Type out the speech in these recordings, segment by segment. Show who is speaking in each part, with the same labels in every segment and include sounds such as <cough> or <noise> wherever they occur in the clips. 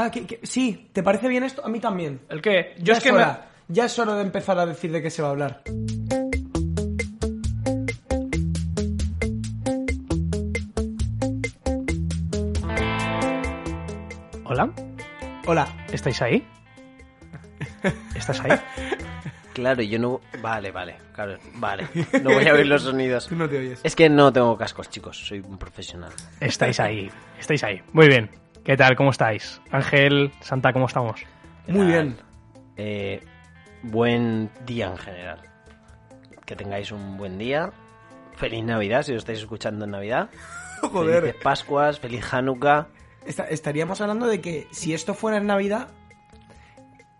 Speaker 1: Ah, que- que- sí, ¿te parece bien esto? A mí también.
Speaker 2: ¿El qué?
Speaker 1: Ya
Speaker 2: Yo es que me-
Speaker 1: hora. Ya es hora de empezar a decir de qué se va a hablar.
Speaker 2: Hola,
Speaker 1: Hola.
Speaker 2: ¿estáis ahí? ¿Estás ahí?
Speaker 3: Claro, yo no. Vale, vale, claro, vale. No voy a oír los sonidos.
Speaker 1: Tú no te oyes.
Speaker 3: Es que no tengo cascos, chicos. Soy un profesional.
Speaker 2: Estáis ahí, estáis ahí. Muy bien. ¿Qué tal? ¿Cómo estáis? Ángel, Santa, ¿cómo estamos?
Speaker 1: Muy
Speaker 3: Era-
Speaker 1: bien.
Speaker 3: Eh, buen día en general. Que tengáis un buen día. Feliz Navidad, si lo estáis escuchando en Navidad.
Speaker 1: <laughs> Joder.
Speaker 3: Felices Pascuas, feliz Hanukkah.
Speaker 1: Esta- estaríamos hablando de que si esto fuera en Navidad,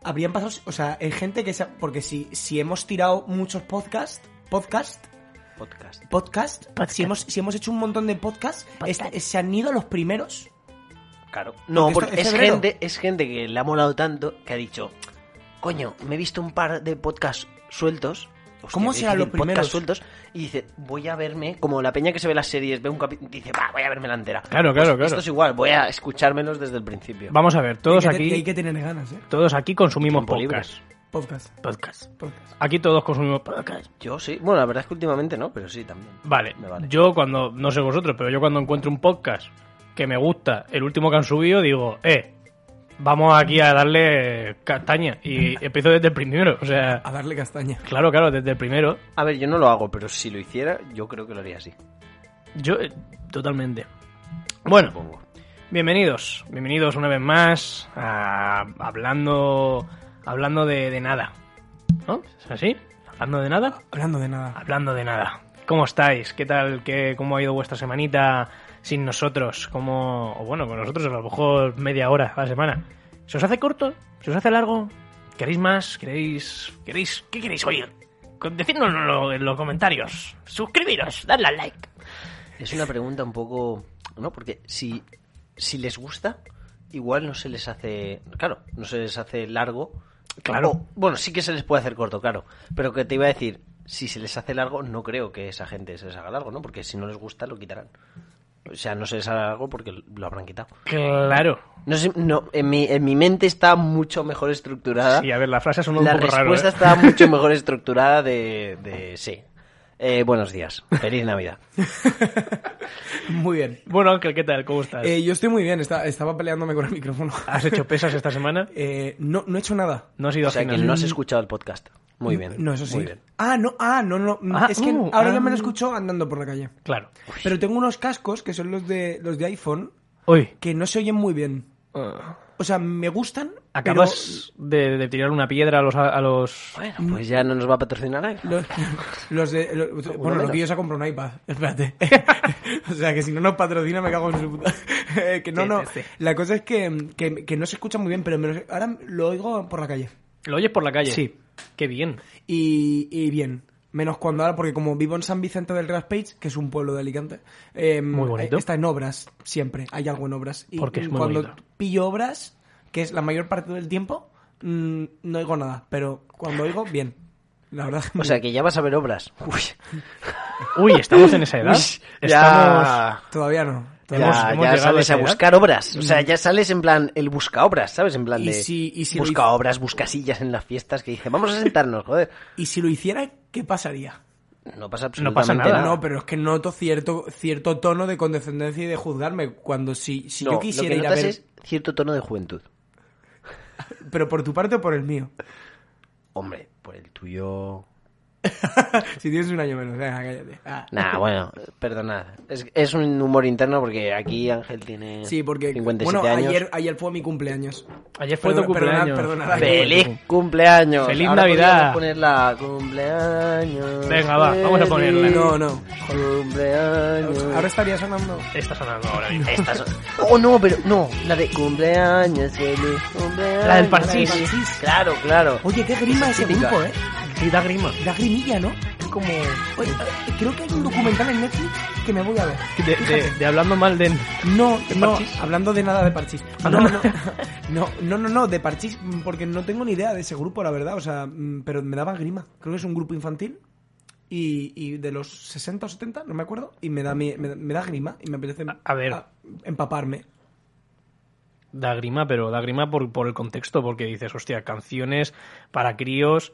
Speaker 1: habrían pasado. O sea, hay gente que. Se, ha- porque si, si hemos tirado muchos podcasts. Podcast.
Speaker 3: Podcast.
Speaker 1: Podcast. Si, hemos, si hemos hecho un montón de podcasts. es- es- se han ido los primeros.
Speaker 3: Claro. No,
Speaker 1: Porque
Speaker 3: porque,
Speaker 1: esto es
Speaker 3: es,
Speaker 1: febrero.
Speaker 3: gente, es gente que le ha molado tanto que ha dicho, coño, me he visto un par de podcasts sueltos. Hostia,
Speaker 1: ¿Cómo
Speaker 3: qué
Speaker 1: serán los
Speaker 3: difícil,
Speaker 1: primeros?
Speaker 3: Podcasts sueltos. Y dice, voy a verme, como la peña que se ve las series, ve un capítulo, dice, va, voy a verme la entera. Pues
Speaker 2: Claro, claro, claro.
Speaker 3: Esto es igual, voy a escuchármelos desde el principio.
Speaker 2: Vamos a ver, todos
Speaker 1: Hay que te- hay
Speaker 2: aquí,
Speaker 1: que tener ganas, ¿eh?
Speaker 2: todos aquí consumimos
Speaker 3: Tiempo libre.
Speaker 2: podcast.
Speaker 1: Podcast.
Speaker 2: Podcast.
Speaker 1: Podcast.
Speaker 2: Aquí todos consumimos podcast.
Speaker 3: Yo sí. Bueno, la verdad es que últimamente no, pero sí también.
Speaker 2: Vale,
Speaker 3: Me vale.
Speaker 2: yo cuando, no sé vosotros, pero yo cuando encuentro un podcast que me gusta, el último que han subido, digo, eh, vamos aquí a darle castaña. Y empiezo desde el primero, o sea,
Speaker 1: A darle castaña.
Speaker 2: claro, claro, desde el primero.
Speaker 3: A ver, yo no lo hago, pero si lo hiciera, yo creo que lo haría así.
Speaker 2: Yo, eh, totalmente. Bueno,
Speaker 3: Supongo.
Speaker 2: Bienvenidos, bienvenidos una vez más a hablando, hablando de, de nada. ¿No? ¿Es así? ¿Hablando de nada?
Speaker 1: Hablando de nada.
Speaker 2: Hablando de nada. ¿Cómo estáis? ¿Qué tal? ¿Qué, ¿Cómo ha ido vuestra semanita sin nosotros? ¿Cómo, o bueno, con nosotros a lo mejor media hora a la semana. ¿Se os hace corto? ¿Se os hace largo? ¿Queréis más? ¿Queréis, queréis qué queréis oír? Con- Decídnoslo en los comentarios. Suscribiros, dadle al like.
Speaker 3: Es una pregunta un poco. ¿No? Porque si, si les gusta, igual no se les hace. Claro, no se les hace largo.
Speaker 2: Claro.
Speaker 3: O- bueno, sí que se les puede hacer corto, claro. Pero que te iba a decir, si se les hace largo, no creo que esa gente se les haga largo, ¿no? Porque si no les gusta, lo quitarán. O sea, no se les haga largo porque lo habrán quitado.
Speaker 2: Claro.
Speaker 3: No sé, no, en mi, en mi mente está mucho mejor estructurada.
Speaker 2: Sí, a ver, la frase sonó un
Speaker 3: La
Speaker 2: poco raro.
Speaker 3: respuesta
Speaker 2: ¿eh?
Speaker 3: está mucho mejor estructurada de, de sí. Eh, buenos días. Feliz Navidad.
Speaker 1: Muy bien.
Speaker 2: Bueno, Ángel, ¿qué tal? ¿Cómo estás?
Speaker 1: Eh, yo estoy muy bien. esta- estaba peleándome con el <laughs> micrófono.
Speaker 2: ¿Has hecho pesas esta semana?
Speaker 1: Eh, no, no he hecho nada.
Speaker 2: No has ido
Speaker 3: O
Speaker 2: al
Speaker 3: sea, que
Speaker 2: gimnasio.
Speaker 3: no has escuchado el podcast. Muy bien.
Speaker 1: No, eso sí.
Speaker 3: Muy bien.
Speaker 1: Ah, no, ah, no, no.
Speaker 2: Ah,
Speaker 1: es que
Speaker 2: uh,
Speaker 1: ahora
Speaker 2: ah.
Speaker 1: ya me lo escucho andando por la calle.
Speaker 2: Claro.
Speaker 1: Pero tengo unos cascos que son los de los de iPhone
Speaker 2: Uy.
Speaker 1: que no se oyen muy bien.
Speaker 2: Ah.
Speaker 1: O sea, me gustan.
Speaker 2: Acabas de, de tirar una piedra a los... A los...
Speaker 1: Mm.
Speaker 3: Bueno, pues ya no nos va a patrocinar a él.
Speaker 1: pero Los, <laughs> los de. lo- bueno, lo
Speaker 3: menos.
Speaker 1: que yo se ha comprado un iPad. <laughs> Espérate. o sea, que si no nos patrocina, me cago en su puta. <laughs> Eh, que no,
Speaker 2: Sí,
Speaker 1: no.
Speaker 2: sí, sí.
Speaker 1: La cosa es que, que, que no se escucha muy bien, pero me los- ahora lo oigo por la calle.
Speaker 2: ¿Lo oyes por la calle?
Speaker 1: Sí.
Speaker 2: Qué bien.
Speaker 1: Y, y bien. Menos cuando ahora, porque como vivo en San Vicente del Raspage, que es un pueblo de Alicante, eh,
Speaker 2: Muy bonito.
Speaker 1: está en obras siempre, hay algo en obras. Y
Speaker 2: Porque es muy
Speaker 1: cuando
Speaker 2: bonito.
Speaker 1: pillo obras, que es la mayor parte del tiempo, mm, no oigo nada, pero cuando oigo, bien. La verdad.
Speaker 3: O sea, que ya vas a ver obras. Uy,
Speaker 2: Uy, estamos en esa edad.
Speaker 3: uy,
Speaker 2: Estamos...
Speaker 3: ya.
Speaker 1: todavía no.
Speaker 3: Ya,
Speaker 1: todavía no.
Speaker 2: hemos- hemos
Speaker 3: ya
Speaker 2: llegado a
Speaker 3: sales
Speaker 2: esa
Speaker 3: a
Speaker 2: edad.
Speaker 3: buscar obras. O sea, ya sales en plan el busca obras, ¿sabes? En plan
Speaker 1: Mm. Y
Speaker 3: de
Speaker 1: si- y si lo
Speaker 3: busca
Speaker 1: hice-
Speaker 3: obras, busca sillas en las fiestas que dice, vamos a sentarnos, joder.
Speaker 1: Y si lo hiciera, ¿qué pasaría?
Speaker 3: No pasa
Speaker 2: No pasa
Speaker 3: absolutamente
Speaker 2: nada.
Speaker 1: No, pero es que noto cierto, cierto tono de condescendencia y de juzgarme. Cuando si, si
Speaker 3: No,
Speaker 1: yo quisiera
Speaker 3: lo que
Speaker 1: ir a
Speaker 3: notas
Speaker 1: ver.
Speaker 3: es cierto tono de juventud.
Speaker 1: Pero por tu parte o por el mío.
Speaker 3: Hombre, por el tuyo.
Speaker 1: Si tienes un año menos, venga, cállate. Ah. <laughs>
Speaker 3: Nah, bueno, perdonad. Es, es un humor interno porque aquí Ángel tiene
Speaker 1: Sí, porque
Speaker 3: 57
Speaker 1: bueno,
Speaker 3: años.
Speaker 1: ayer, ayer fue mi cumpleaños.
Speaker 2: Ayer fue
Speaker 1: Perdona-
Speaker 2: tu cumpleaños.
Speaker 1: perdona- perdona.
Speaker 3: ¡Feliz cumpleaños!
Speaker 2: ¡Feliz
Speaker 3: Ahora
Speaker 2: Navidad!
Speaker 3: podríamos poner la cumpleaños.
Speaker 2: Venga, va, vamos a ponerla.
Speaker 3: feliz
Speaker 1: No, no.
Speaker 3: Cumpleaños.
Speaker 1: Ahora estaría sonando.
Speaker 2: Está sonando <laughs> ahora mismo.
Speaker 3: Estas son- Oh, no, pero no. La de cumpleaños, feliz cumpleaños.
Speaker 2: La del parchís.
Speaker 3: Claro, claro.
Speaker 1: Oye, qué grima
Speaker 3: Es
Speaker 1: ese
Speaker 3: típica.
Speaker 1: grupo, eh.
Speaker 2: Sí, da grima.
Speaker 1: Da grimilla, ¿no? Como. Oye, eh, creo que hay un documental en Netflix que me voy a ver.
Speaker 2: De, de- de hablando mal de...
Speaker 1: No, no,
Speaker 2: Parchís?
Speaker 1: hablando de nada de Parchís.
Speaker 2: Ah,
Speaker 1: No,
Speaker 2: no.
Speaker 1: no, no, no, no, no, de Parchís, mm, porque no tengo ni idea de ese grupo, la verdad, o sea, mm, pero me daba grima. Creo que es un grupo infantil y, y de los 60 o 70, no me acuerdo, y me da, mi- me, da- me da grima y me apetece
Speaker 2: A- a ver.
Speaker 1: empaparme.
Speaker 2: da grima, pero da grima por, por el contexto, porque dices, hostia, canciones para críos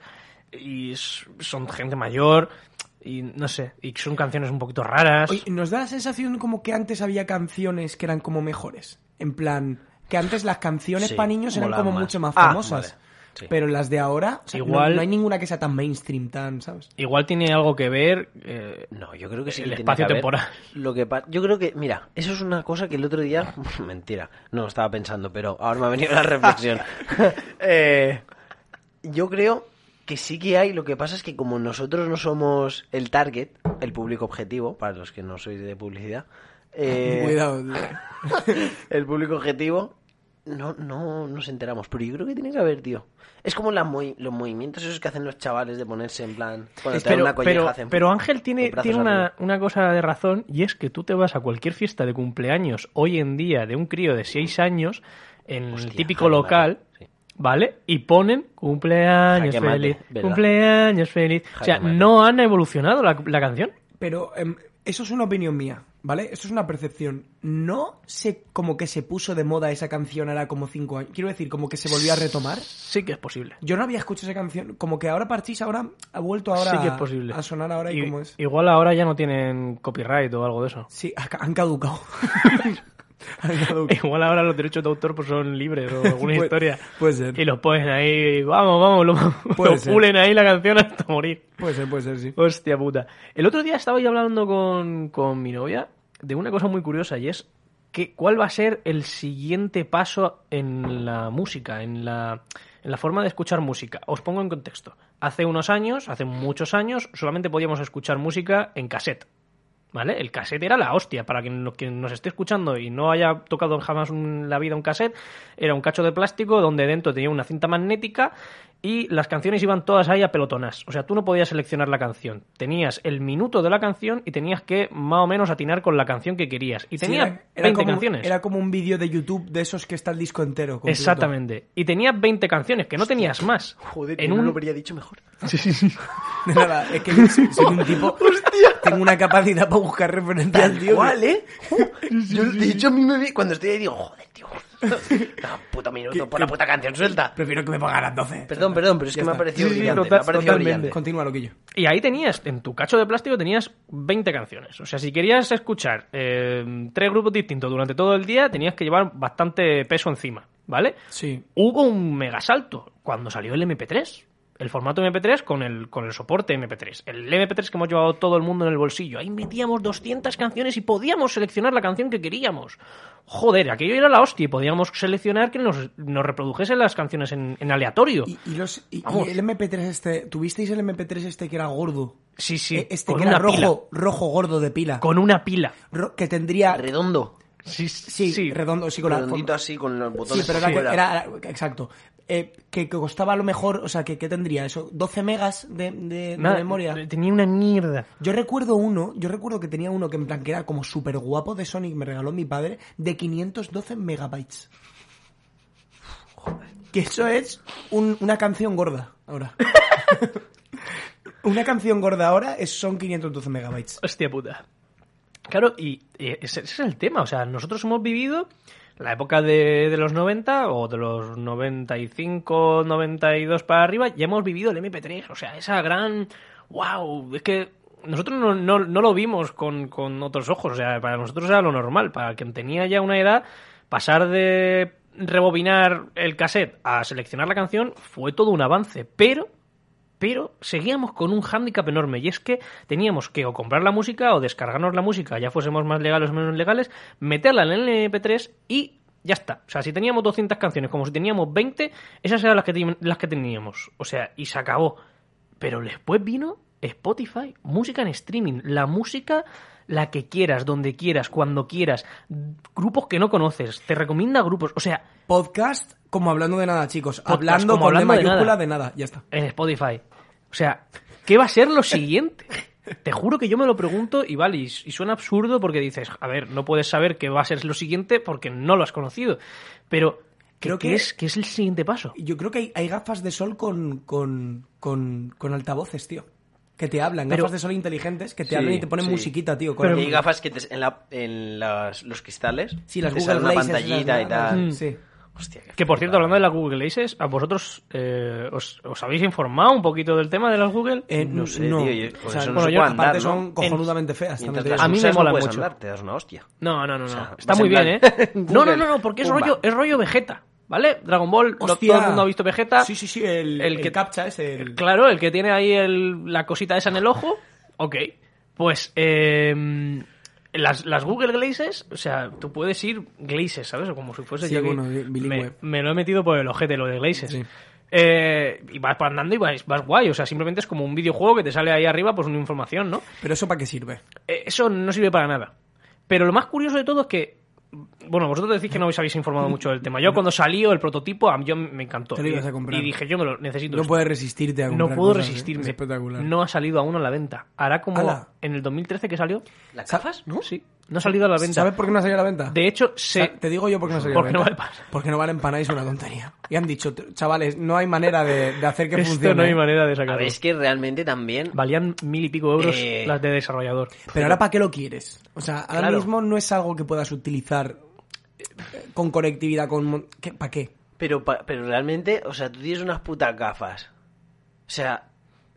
Speaker 2: y s- son gente mayor y no sé, y son canciones un poquito raras.
Speaker 1: Oye, nos da la sensación como que antes había canciones que eran como mejores. En plan, que antes las canciones
Speaker 3: Sí,
Speaker 1: para niños eran
Speaker 3: molaban
Speaker 1: como
Speaker 3: más.
Speaker 1: mucho más
Speaker 3: Ah,
Speaker 1: famosas.
Speaker 3: vale, sí.
Speaker 1: Pero las de ahora, o sea, no-
Speaker 2: Igual-
Speaker 1: no, hay ninguna que sea tan mainstream, tan, ¿sabes?
Speaker 2: Igual tiene algo que ver eh,
Speaker 3: No, yo creo que sí.
Speaker 2: El
Speaker 3: que tiene
Speaker 2: espacio
Speaker 3: que haber.
Speaker 2: temporal.
Speaker 3: Lo que pa- yo creo que, mira, eso es una cosa que el otro día, <laughs> mentira, no lo estaba pensando, pero ahora me ha venido
Speaker 2: <laughs>
Speaker 3: la reflexión. Eh, yo creo que sí que hay, lo que pasa es que como nosotros no somos el target, el público objetivo, para los que no sois de publicidad, eh,
Speaker 1: Cuidado.
Speaker 3: el público objetivo no, no nos enteramos, pero yo creo que tiene que haber, tío. Es como las movi- los movimientos esos que hacen los chavales de ponerse en plan... cuando
Speaker 2: Es
Speaker 3: te dan
Speaker 2: pero,
Speaker 3: una colleja,
Speaker 2: pero-
Speaker 3: hacen-
Speaker 2: pero Ángel tiene,
Speaker 3: con brazos
Speaker 2: tiene una,
Speaker 3: arriba.
Speaker 2: una cosa de razón y es que tú te vas a cualquier fiesta de cumpleaños hoy en día de un crío de 6 años en el
Speaker 3: Hostia,
Speaker 2: típico
Speaker 3: vale,
Speaker 2: local,
Speaker 3: vale, sí.
Speaker 2: ¿vale? Y ponen cumpleaños
Speaker 3: Jaque mate,
Speaker 2: feliz,
Speaker 3: ¿verdad?
Speaker 2: cumpleaños feliz. o
Speaker 3: Jaque
Speaker 2: sea,
Speaker 3: mate.
Speaker 2: no han evolucionado la, la canción.
Speaker 1: Pero em, eso es una opinión mía, ¿vale? Eso es una percepción. No sé como que se puso de moda esa canción ahora como cinco años. Quiero decir, como que se volvió a retomar.
Speaker 2: Sí que es posible.
Speaker 1: Yo no había escuchado esa canción. Como que ahora Parchís ahora ha vuelto ahora
Speaker 2: sí que es posible.
Speaker 1: a sonar ahora y,
Speaker 2: I-
Speaker 1: como es.
Speaker 2: Igual ahora ya no tienen copyright o algo de eso.
Speaker 1: Sí, ha- han caducado. <laughs> han caducado.
Speaker 2: <laughs> Igual ahora los derechos de autor pues, son
Speaker 1: <laughs>
Speaker 2: libres o alguna
Speaker 1: Puede-
Speaker 2: historia.
Speaker 1: puede ser.
Speaker 2: Y los ponen ahí, vamos, vamos, lo,
Speaker 1: Puede
Speaker 2: <laughs> lo
Speaker 1: ser.
Speaker 2: pulen ahí la canción hasta morir.
Speaker 1: Puede ser, puede ser, sí.
Speaker 2: Hostia puta. El otro día estaba yo hablando con, con mi novia de una cosa muy curiosa y es que, cuál va a ser el siguiente paso en la música, en la, en la forma de escuchar música. Os pongo en contexto. Hace unos años, hace muchos años, solamente podíamos escuchar música en cassette. ¿Vale? El cassette era la hostia. Para quien, lo- quien nos esté escuchando y no haya tocado jamás en la vida un cassette, era un cacho de plástico donde dentro tenía una cinta magnética y las canciones iban todas ahí a pelotonas. O sea, tú no podías seleccionar la canción. Tenías el minuto de la canción y tenías que más o menos atinar con la canción que querías. Y
Speaker 1: Sí,
Speaker 2: tenía
Speaker 1: era- era
Speaker 2: 20
Speaker 1: como-
Speaker 2: canciones.
Speaker 1: Era como un vídeo de YouTube de esos que está el disco entero. completo.
Speaker 2: Exactamente. Y tenías 20 canciones, que no tenías más.
Speaker 3: Joder,
Speaker 2: en
Speaker 3: no
Speaker 2: un...
Speaker 3: lo habría dicho mejor.
Speaker 2: Sí, sí, sí.
Speaker 1: <laughs> De nada, es que yo soy soy un tipo.
Speaker 2: <laughs>
Speaker 1: Tengo una capacidad para buscar referencias,
Speaker 3: Tal
Speaker 1: tío.
Speaker 3: cual, ¿eh? <laughs> Yo, de hecho, a mí me vi cuando estoy ahí digo, joder, <laughs> tío. La puta minuto por la puta canción suelta.
Speaker 1: Prefiero que me pagaran 12.
Speaker 3: Perdón, perdón, pero es
Speaker 1: Ya
Speaker 3: que me ha
Speaker 1: está.
Speaker 3: parecido
Speaker 2: Sí, sí,
Speaker 3: brillante.
Speaker 2: total-
Speaker 3: me ha parecido
Speaker 2: totalmente.
Speaker 3: brillante.
Speaker 1: Continúa lo que yo.
Speaker 2: Y ahí tenías, en tu cacho de plástico tenías 20 canciones. O sea, si querías escuchar eh, tres grupos distintos durante todo el día, tenías que llevar bastante peso encima, ¿vale?
Speaker 1: Sí.
Speaker 2: Hubo un megasalto cuando salió el MP3. El formato MP3 con el, con el soporte MP3. El MP3 que hemos llevado todo el mundo en el bolsillo. Ahí metíamos 200 canciones y podíamos seleccionar la canción que queríamos. Joder, aquello era la hostia. y Podíamos seleccionar que nos, nos reprodujesen las canciones en, en aleatorio.
Speaker 1: Y, y los, y, y
Speaker 2: Vamos.
Speaker 1: el MP3 este. ¿Tuvisteis el MP3 este que era gordo?
Speaker 2: sí, sí.
Speaker 1: Eh, Este
Speaker 2: con
Speaker 1: que era
Speaker 2: una pila.
Speaker 1: rojo, rojo gordo de pila.
Speaker 2: Con una pila.
Speaker 1: Ro- que tendría.
Speaker 3: Redondo.
Speaker 2: Sí,
Speaker 1: Sí,
Speaker 2: sí.
Speaker 1: redondo, sí, con la
Speaker 3: Redondito
Speaker 1: forma-
Speaker 3: así con los
Speaker 1: Sí,
Speaker 3: botones.
Speaker 1: pero era,
Speaker 3: así
Speaker 1: que-
Speaker 3: fuera.
Speaker 1: era- era- exacto. Eh, que, que costaba a lo mejor, o sea, que, que tendría eso, 12 megas de, de- de
Speaker 2: Nada, eh,
Speaker 1: memoria.
Speaker 2: Tenía una mierda.
Speaker 1: Yo recuerdo uno, yo recuerdo que tenía uno que en plan que era como súper guapo de Sonic, me regaló mi padre, de 512 megabytes. Que eso es un- una canción gorda
Speaker 2: <laughs>
Speaker 1: ahora. una canción gorda ahora es, son 512 megabytes.
Speaker 2: Hostia puta. Claro, y, y ese, ese es el tema. O sea, nosotros hemos vivido la época de, de los 90 o de los 95, 92 para arriba. Ya hemos vivido el MP3. O sea, esa gran. ¡Wow! Es que nosotros no, no- no lo vimos con, con otros ojos. O sea, para nosotros era lo normal. Para quien tenía ya una edad, pasar de rebobinar el cassette a seleccionar la canción fue todo un avance. Pero pero seguíamos con un hándicap enorme y es que teníamos que o comprar la música o descargarnos la música, ya fuésemos más legales o menos legales, meterla en el MP3 y ya está. O sea, si teníamos 200 canciones, como si teníamos 20, esas eran las que, ten- las que teníamos. O sea, y se acabó. Pero después vino Spotify, música en streaming, la música la que quieras, donde quieras, cuando quieras, grupos que no conoces, te recomienda grupos, o sea,
Speaker 1: Podcast como hablando de nada, chicos.
Speaker 2: Podcast
Speaker 1: hablando
Speaker 2: como
Speaker 1: con D
Speaker 2: hablando de
Speaker 1: mayúscula
Speaker 2: nada.
Speaker 1: de nada. ya está.
Speaker 2: en Spotify. O sea, ¿qué va a ser lo siguiente? Te juro que yo me lo pregunto y vale, y, y suena absurdo porque dices, a ver, no puedes saber qué va a ser lo siguiente porque no lo has conocido. Pero
Speaker 1: Creo
Speaker 2: creo que,
Speaker 1: que-
Speaker 2: es, que es el siguiente paso.
Speaker 1: Yo creo que hay, hay gafas de sol con, con, con, con altavoces, tío. que te hablan,
Speaker 2: Pero-
Speaker 1: gafas de sol inteligentes que te
Speaker 3: Sí,
Speaker 1: hablan y te ponen
Speaker 3: sí.
Speaker 1: musiquita, tío.
Speaker 2: Pero-
Speaker 1: el-
Speaker 3: Y gafas que te- en, la- en las- los cristales
Speaker 1: sí, las
Speaker 3: te
Speaker 1: Google
Speaker 3: sale una
Speaker 1: Glaces,
Speaker 3: pantallita
Speaker 1: las-
Speaker 3: y tal.
Speaker 2: Mm.
Speaker 1: Sí.
Speaker 3: Hostia, qué
Speaker 2: Que por cierto, hablando
Speaker 3: flipada.
Speaker 2: de las Google Glaces, ¿a vosotros eh, os, os habéis informado un poquito del tema de las Google?
Speaker 1: Eh,
Speaker 3: No sé, tío, yo- con
Speaker 1: O sea,
Speaker 3: eso no
Speaker 1: bueno,
Speaker 2: se
Speaker 1: yo-
Speaker 2: puede
Speaker 1: aparte
Speaker 3: andar, ¿no?
Speaker 1: son cojonudamente feas. también
Speaker 3: Mientras
Speaker 1: te
Speaker 3: las
Speaker 1: digo.
Speaker 2: A mí me
Speaker 3: usas, no
Speaker 2: mola
Speaker 3: puedes
Speaker 2: mucho.
Speaker 3: andar, te das una hostia.
Speaker 2: No, no, no, no.
Speaker 3: sea,
Speaker 2: Está
Speaker 3: vas
Speaker 2: muy
Speaker 3: en
Speaker 2: bien, ¿eh?
Speaker 3: plan- <laughs>
Speaker 2: No, no,
Speaker 3: Google,
Speaker 2: no, no, porque es
Speaker 3: pumba.
Speaker 2: rollo, es rollo Vegeta, ¿vale? Dragon Ball, lo-
Speaker 1: Hostia.
Speaker 2: todo el mundo ha visto Vegeta.
Speaker 1: Sí, sí, sí, el,
Speaker 2: El que-
Speaker 1: que captcha es el...
Speaker 2: Claro, el que tiene ahí el- la cosita esa en el ojo. Ok. Pues eh, las, las Google Glazes, o sea, tú puedes ir Glazes, ¿sabes? O como si fuese
Speaker 1: Sí,
Speaker 2: yo aquí.
Speaker 1: bueno, bi- bilingüe.
Speaker 2: Me, me lo he metido por el ojete, lo de Glazes.
Speaker 1: Sí.
Speaker 2: Eh, y vas andando y vas, vas guay, o sea, simplemente es como un videojuego que te sale ahí arriba, pues una información, ¿no?
Speaker 1: Pero eso para qué sirve.
Speaker 2: Eh, Eso no sirve para nada. Pero lo más curioso de todo es que. Bueno, vosotros decís que no os habéis informado mucho del
Speaker 1: <laughs>
Speaker 2: tema. Yo cuando salió el prototipo, a mí yo me encantó.
Speaker 1: Te lo
Speaker 2: Y-
Speaker 1: ibas a comprar.
Speaker 2: Y dije, yo me lo necesito.
Speaker 1: No
Speaker 2: esto.
Speaker 1: puedes resistirte a
Speaker 2: No
Speaker 1: comprar
Speaker 2: puedo
Speaker 1: cosas, ¿eh?
Speaker 2: resistirme.
Speaker 1: Es espectacular.
Speaker 2: No ha salido aún a la venta. Hará como
Speaker 1: Ala.
Speaker 2: en el 2013 que salió.
Speaker 3: ¿Las
Speaker 1: Sa-
Speaker 3: gafas?
Speaker 1: ¿No?
Speaker 2: Sí, no ha salido a la venta.
Speaker 1: ¿Sabes por qué no ha salido a la venta?
Speaker 2: De hecho, se...
Speaker 1: Sa- Ah, Te digo yo por qué no ha salido a
Speaker 2: Porque
Speaker 1: la
Speaker 2: no
Speaker 1: venta.
Speaker 2: vale para-
Speaker 1: Porque no valen para nada, es una tontería. Y han dicho, chavales, no hay manera de, de hacer que
Speaker 2: esto
Speaker 1: funcione.
Speaker 2: no hay manera de
Speaker 3: A
Speaker 2: sacarlo.
Speaker 3: ver, es que realmente también...
Speaker 2: Valían mil y pico euros
Speaker 3: Eh.
Speaker 2: las de desarrollador.
Speaker 1: Pero ahora, ¿para qué lo quieres? O sea, ahora
Speaker 3: Claro.
Speaker 1: mismo no es algo que puedas utilizar eh, con conectividad, con... mon- ¿Qué, ¿Para qué?
Speaker 3: Pero, pa- pero realmente, o sea, tú tienes unas putas gafas. O sea,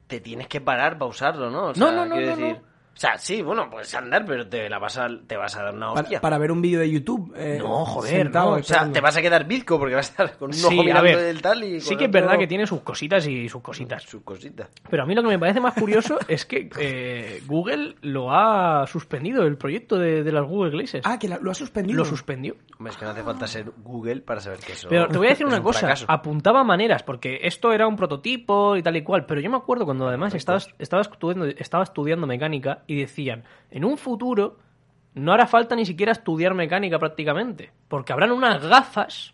Speaker 3: te tienes que parar para usarlo, ¿no? O sea,
Speaker 2: No, no, no,
Speaker 3: quiero
Speaker 2: no,
Speaker 3: decir...
Speaker 2: no.
Speaker 3: O sea, sí, bueno, puedes andar, pero te, la vas a, te vas a dar una
Speaker 1: Para,
Speaker 3: hostia.
Speaker 1: para ver un vídeo de YouTube. eh,
Speaker 2: No, joder,
Speaker 1: sentado
Speaker 2: no,
Speaker 3: o sea,
Speaker 1: esperando.
Speaker 3: te vas a quedar bizco porque vas a estar con un ojo
Speaker 2: Sí, a
Speaker 3: mirando
Speaker 2: ver,
Speaker 3: el tal y...
Speaker 2: sí
Speaker 3: con
Speaker 2: que es
Speaker 3: otro-
Speaker 2: verdad que tiene sus cositas y sus cositas.
Speaker 3: Sus cositas.
Speaker 2: Pero a mí lo que me parece más
Speaker 1: <laughs>
Speaker 2: curioso es que eh, Google lo ha suspendido, el proyecto de, de las Google Glaces.
Speaker 1: Ah, que la- lo ha suspendido.
Speaker 2: lo suspendió.
Speaker 3: Hombre, es que no hace falta ser Google para saber que eso...
Speaker 2: Pero te voy a decir
Speaker 3: <laughs> es
Speaker 2: una
Speaker 3: un
Speaker 2: cosa,
Speaker 3: fracaso.
Speaker 2: apuntaba maneras, porque esto era un prototipo y tal y cual, pero yo me acuerdo cuando además estaba, estaba, estudiando, estaba estudiando mecánica y decían, en un futuro no hará falta ni siquiera estudiar mecánica prácticamente, porque habrán unas gafas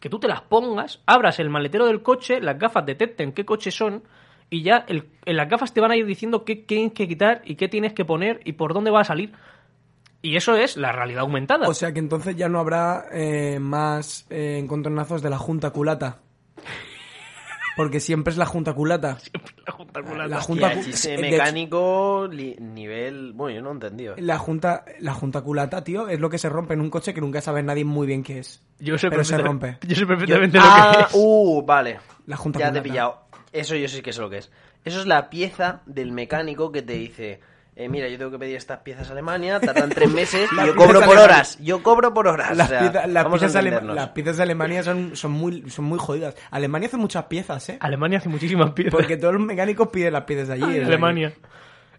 Speaker 2: que tú te las pongas, abras el maletero del coche, las gafas detecten qué coches son y ya el- en las gafas te van a ir diciendo qué tienes que quitar y qué tienes que poner y por dónde va a salir. Y eso es la realidad aumentada.
Speaker 1: O sea que entonces ya no habrá eh, más eh, encontronazos de la junta culata. Porque siempre es la junta
Speaker 2: <laughs>
Speaker 1: culata.
Speaker 2: la junta con
Speaker 1: la
Speaker 2: la-
Speaker 1: junta
Speaker 3: Hostia,
Speaker 1: cu-
Speaker 3: chiste
Speaker 1: eh, de-
Speaker 3: mecánico li- nivel... Bueno, yo no he entendido.
Speaker 1: La junta, la junta culata, tío, es lo que se rompe en un coche que nunca sabe nadie muy bien qué es.
Speaker 2: Yo sé
Speaker 1: Pero se
Speaker 2: perfectamente-
Speaker 1: rompe.
Speaker 2: <laughs> Yo sé perfectamente lo que
Speaker 3: ah,
Speaker 2: es.
Speaker 3: uh, vale.
Speaker 1: La junta
Speaker 3: ya te
Speaker 1: culata.
Speaker 3: he pillado. Eso yo sé que es lo que es. Eso es la pieza del mecánico que te dice, eh, mira, yo tengo que pedir estas piezas a Alemania,
Speaker 2: <laughs>
Speaker 3: tardan tres meses
Speaker 1: Las
Speaker 3: y yo cobro
Speaker 1: piezas
Speaker 3: por
Speaker 1: alemanas.
Speaker 3: horas. Yo cobro por horas.
Speaker 1: Las,
Speaker 3: o sea,
Speaker 1: pieza- las
Speaker 3: vamos
Speaker 1: piezas,
Speaker 3: a
Speaker 1: alem-
Speaker 3: entendernos.
Speaker 1: las piezas de Alemania son, son, muy, son muy jodidas. Alemania hace muchas piezas,
Speaker 2: <laughs>
Speaker 1: ¿eh?
Speaker 2: Alemania hace muchísimas piezas. <laughs>
Speaker 1: Porque eh. todos los mecánicos piden las piezas de allí. o sea que-
Speaker 2: Alemania.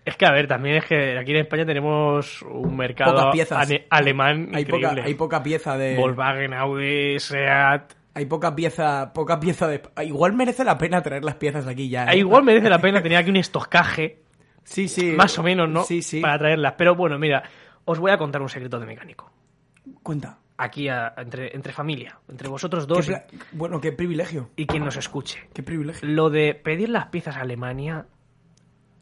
Speaker 2: Es que, a ver, también es que aquí en España tenemos un mercado
Speaker 1: Pocas piezas.
Speaker 2: ane- alemán
Speaker 1: Hay
Speaker 2: increíble.
Speaker 1: poca, hay poca eh. pieza de.
Speaker 2: Volkswagen, Audi, Seat...
Speaker 1: Hay poca pieza, poca pieza de. Igual merece la pena traer las piezas aquí ya. ¿eh?
Speaker 2: Ah, Igual merece la pena tener aquí un estocaje,
Speaker 1: Sí, sí.
Speaker 2: más o menos, ¿no?
Speaker 1: Sí, sí.
Speaker 2: Para traerlas. Pero bueno, mira, os voy a contar un secreto de mecánico.
Speaker 1: Cuenta.
Speaker 2: Aquí, a- entre, entre familia, entre vosotros
Speaker 1: Qué
Speaker 2: dos y,
Speaker 1: pla- Bueno, qué privilegio.
Speaker 2: y quien nos escuche.
Speaker 1: Qué privilegio.
Speaker 2: Lo de pedir las piezas a Alemania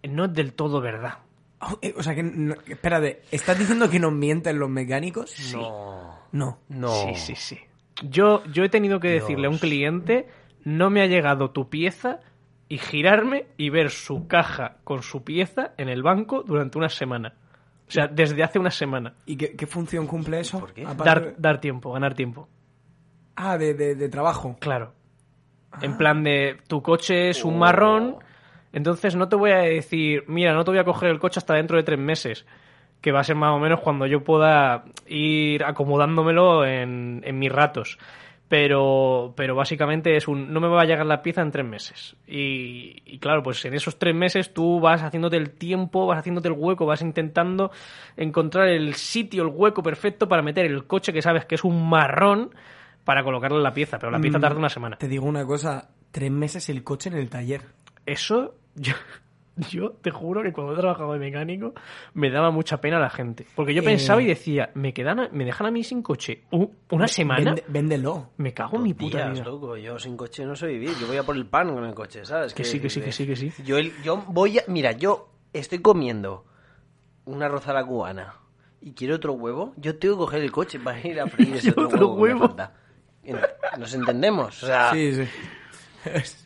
Speaker 2: no es del todo verdad.
Speaker 1: Oh, eh, O sea que. no- Espérate, ¿estás diciendo que nos mienten los mecánicos?
Speaker 3: No.
Speaker 1: No.
Speaker 3: No.
Speaker 2: Sí, sí, sí. Yo, yo he tenido que decirle a un cliente, no me ha llegado tu pieza y girarme y ver su caja con su pieza en el banco durante una semana. O sea, desde hace una semana.
Speaker 1: ¿Y qué, qué función cumple eso?
Speaker 3: ¿Por qué?
Speaker 1: Aparte-
Speaker 2: Dar, dar tiempo, ganar tiempo.
Speaker 1: Ah, de, de- de trabajo.
Speaker 2: Claro. En plan de, tu coche es un
Speaker 3: Ah. Oh.
Speaker 2: marrón, entonces no te voy a decir, mira, no te voy a coger el coche hasta dentro de tres meses, que va a ser más o menos cuando yo pueda ir acomodándomelo en, en mis ratos. Pero, pero básicamente es un, no me va a llegar la pieza en tres meses. Y, y claro, pues en esos tres meses tú vas haciéndote el tiempo, vas haciéndote el hueco, vas intentando encontrar el sitio, el hueco perfecto para meter el coche que sabes que es un marrón para colocarle la pieza, pero la pieza
Speaker 1: Mm,
Speaker 2: tarda una semana.
Speaker 1: Te digo una cosa: tres meses el coche en el taller.
Speaker 2: Eso, yo, yo te juro que cuando he trabajado de mecánico me daba mucha pena la gente. Porque yo
Speaker 1: Eh.
Speaker 2: pensaba y decía, me, quedan a- me dejan a mí sin coche u- una semana.
Speaker 1: Vende- véndelo.
Speaker 2: Me cago en mi puta
Speaker 3: Días,
Speaker 2: vida.
Speaker 3: loco, yo sin coche no soy vivir. Yo voy a por el pan con el coche, ¿sabes?
Speaker 2: Que sí, que sí, que sí, que sí.
Speaker 3: Yo, el- yo voy a... Mira, yo estoy comiendo una rozada cubana y quiero otro huevo. Yo tengo que coger el coche <laughs> para ir a freír ese
Speaker 2: Quiero
Speaker 3: otro,
Speaker 2: otro
Speaker 3: huevo. que me
Speaker 2: huevo.
Speaker 3: Ah. falta. En- Nos entendemos. O sea,
Speaker 1: Sí, sí.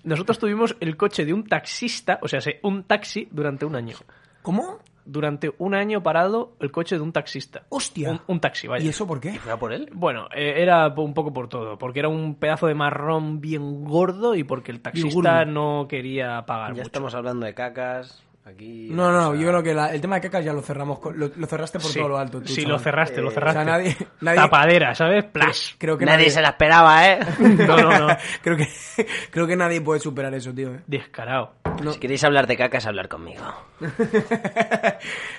Speaker 2: Nosotros tuvimos el coche de un taxista, o sea, se- un taxi durante un año.
Speaker 1: ¿Cómo?
Speaker 2: Durante un año parado el coche de un taxista.
Speaker 1: ¡Hostia!
Speaker 2: Un, un taxi, vaya.
Speaker 1: ¿Y eso por qué?
Speaker 3: ¿Fuera por él?
Speaker 2: Bueno, eh, era po- un poco por todo, porque era un pedazo de marrón bien gordo y porque el taxista
Speaker 1: gordo.
Speaker 2: no quería pagar
Speaker 3: Ya
Speaker 2: mucho.
Speaker 3: estamos hablando de cacas. Aquí.
Speaker 1: No, no,
Speaker 3: o sea,
Speaker 1: yo creo que la- el tema de caca ya lo cerramos, con- lo, lo cerraste por
Speaker 2: Sí,
Speaker 1: todo lo alto. Tú,
Speaker 2: sí,
Speaker 1: chaval.
Speaker 2: lo cerraste, lo
Speaker 3: Eh,
Speaker 1: O sea,
Speaker 2: cerraste.
Speaker 1: nadie, <laughs> nadie
Speaker 2: Tapadera, ¿sabes? Plash.
Speaker 1: creo que
Speaker 3: Nadie,
Speaker 1: nadie,
Speaker 3: se la esperaba, <laughs> ¿eh?
Speaker 1: <laughs>
Speaker 2: No, no, no.
Speaker 1: creo que <laughs> creo que nadie puede superar eso, tío. ¿eh?
Speaker 2: Descarado.
Speaker 3: Si queréis hablar de cacas, hablar conmigo.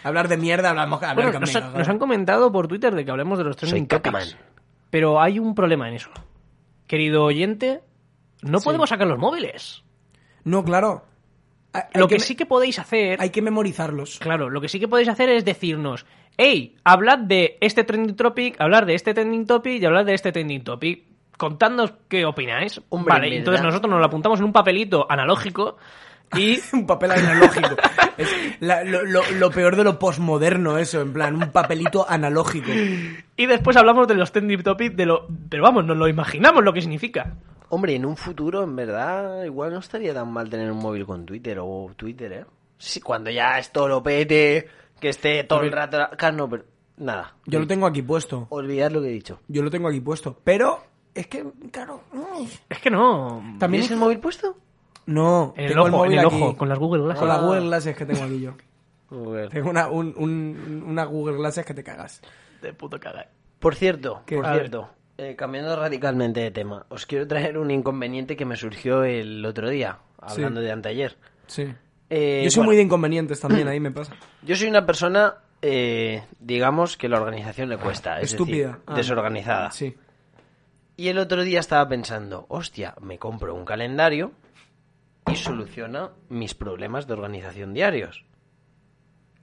Speaker 1: Hablar de mierda, hablamos, hablar
Speaker 2: Bueno,
Speaker 1: con
Speaker 2: nos,
Speaker 1: mierda,
Speaker 2: han-
Speaker 1: joder.
Speaker 2: nos han comentado por Twitter de que hablemos de los trending
Speaker 3: Soy Cacaman.
Speaker 2: topics. Pero hay un problema en eso. Querido oyente, no podemos sacar los móviles.
Speaker 1: No, claro. Hay- hay
Speaker 2: Lo que,
Speaker 1: me-
Speaker 2: sí que podéis hacer,
Speaker 1: hay que memorizarlos.
Speaker 2: claro, lo que sí que podéis hacer es decirnos, hey, hablad de este trending topic, hablar de este trending topic y hablar de este trending topic. Contadnos qué opináis.
Speaker 3: Hombre,
Speaker 2: vale,
Speaker 3: ¿verdad?
Speaker 2: entonces nosotros nos lo apuntamos en un papelito analógico y
Speaker 1: <laughs> un papel analógico. Es la- lo, lo- lo peor de lo posmoderno eso, en plan, un papelito analógico.
Speaker 2: Y después hablamos de los trending topics, de lo... pero vamos, nos lo imaginamos lo que significa.
Speaker 3: Hombre, en un futuro, en verdad, igual no estaría tan mal tener un móvil con Twitter o Twitter, ¿eh? Sí, cuando ya esto lo pete, que esté todo el rato. Claro, no, pero. Nada.
Speaker 1: Yo lo tengo aquí puesto.
Speaker 3: Olvidad lo que he dicho.
Speaker 1: Yo lo tengo aquí puesto. Pero es que, claro... ay.
Speaker 2: Es que no.
Speaker 1: También
Speaker 3: ¿Tienes el móvil puesto?
Speaker 1: No,
Speaker 2: En el
Speaker 1: tengo
Speaker 2: ojo, en
Speaker 1: móvil
Speaker 2: el
Speaker 1: aquí.
Speaker 2: ojo, con las Google Glass.
Speaker 1: Con las Google Glasses que tengo aquí yo.
Speaker 3: Joder.
Speaker 1: Tengo una, un- un- una Google Glasses que te cagas.
Speaker 2: De puto cagar.
Speaker 3: Por cierto,
Speaker 1: ¿Qué?
Speaker 3: por
Speaker 1: A ver.
Speaker 3: cierto, eh, cambiando radicalmente de tema, os quiero traer un inconveniente que me surgió el otro día, hablando de anteayer.
Speaker 1: Sí.
Speaker 3: Eh,
Speaker 1: Yo soy
Speaker 3: bueno,
Speaker 1: muy de inconvenientes también, ahí me pasa.
Speaker 3: yo soy una persona, eh, digamos, que la organización le cuesta. Es
Speaker 1: Estúpida.
Speaker 3: decir,
Speaker 1: Ah.
Speaker 3: desorganizada.
Speaker 1: Sí.
Speaker 3: Y el otro día estaba pensando, hostia, me compro un calendario y soluciona mis problemas de organización diarios.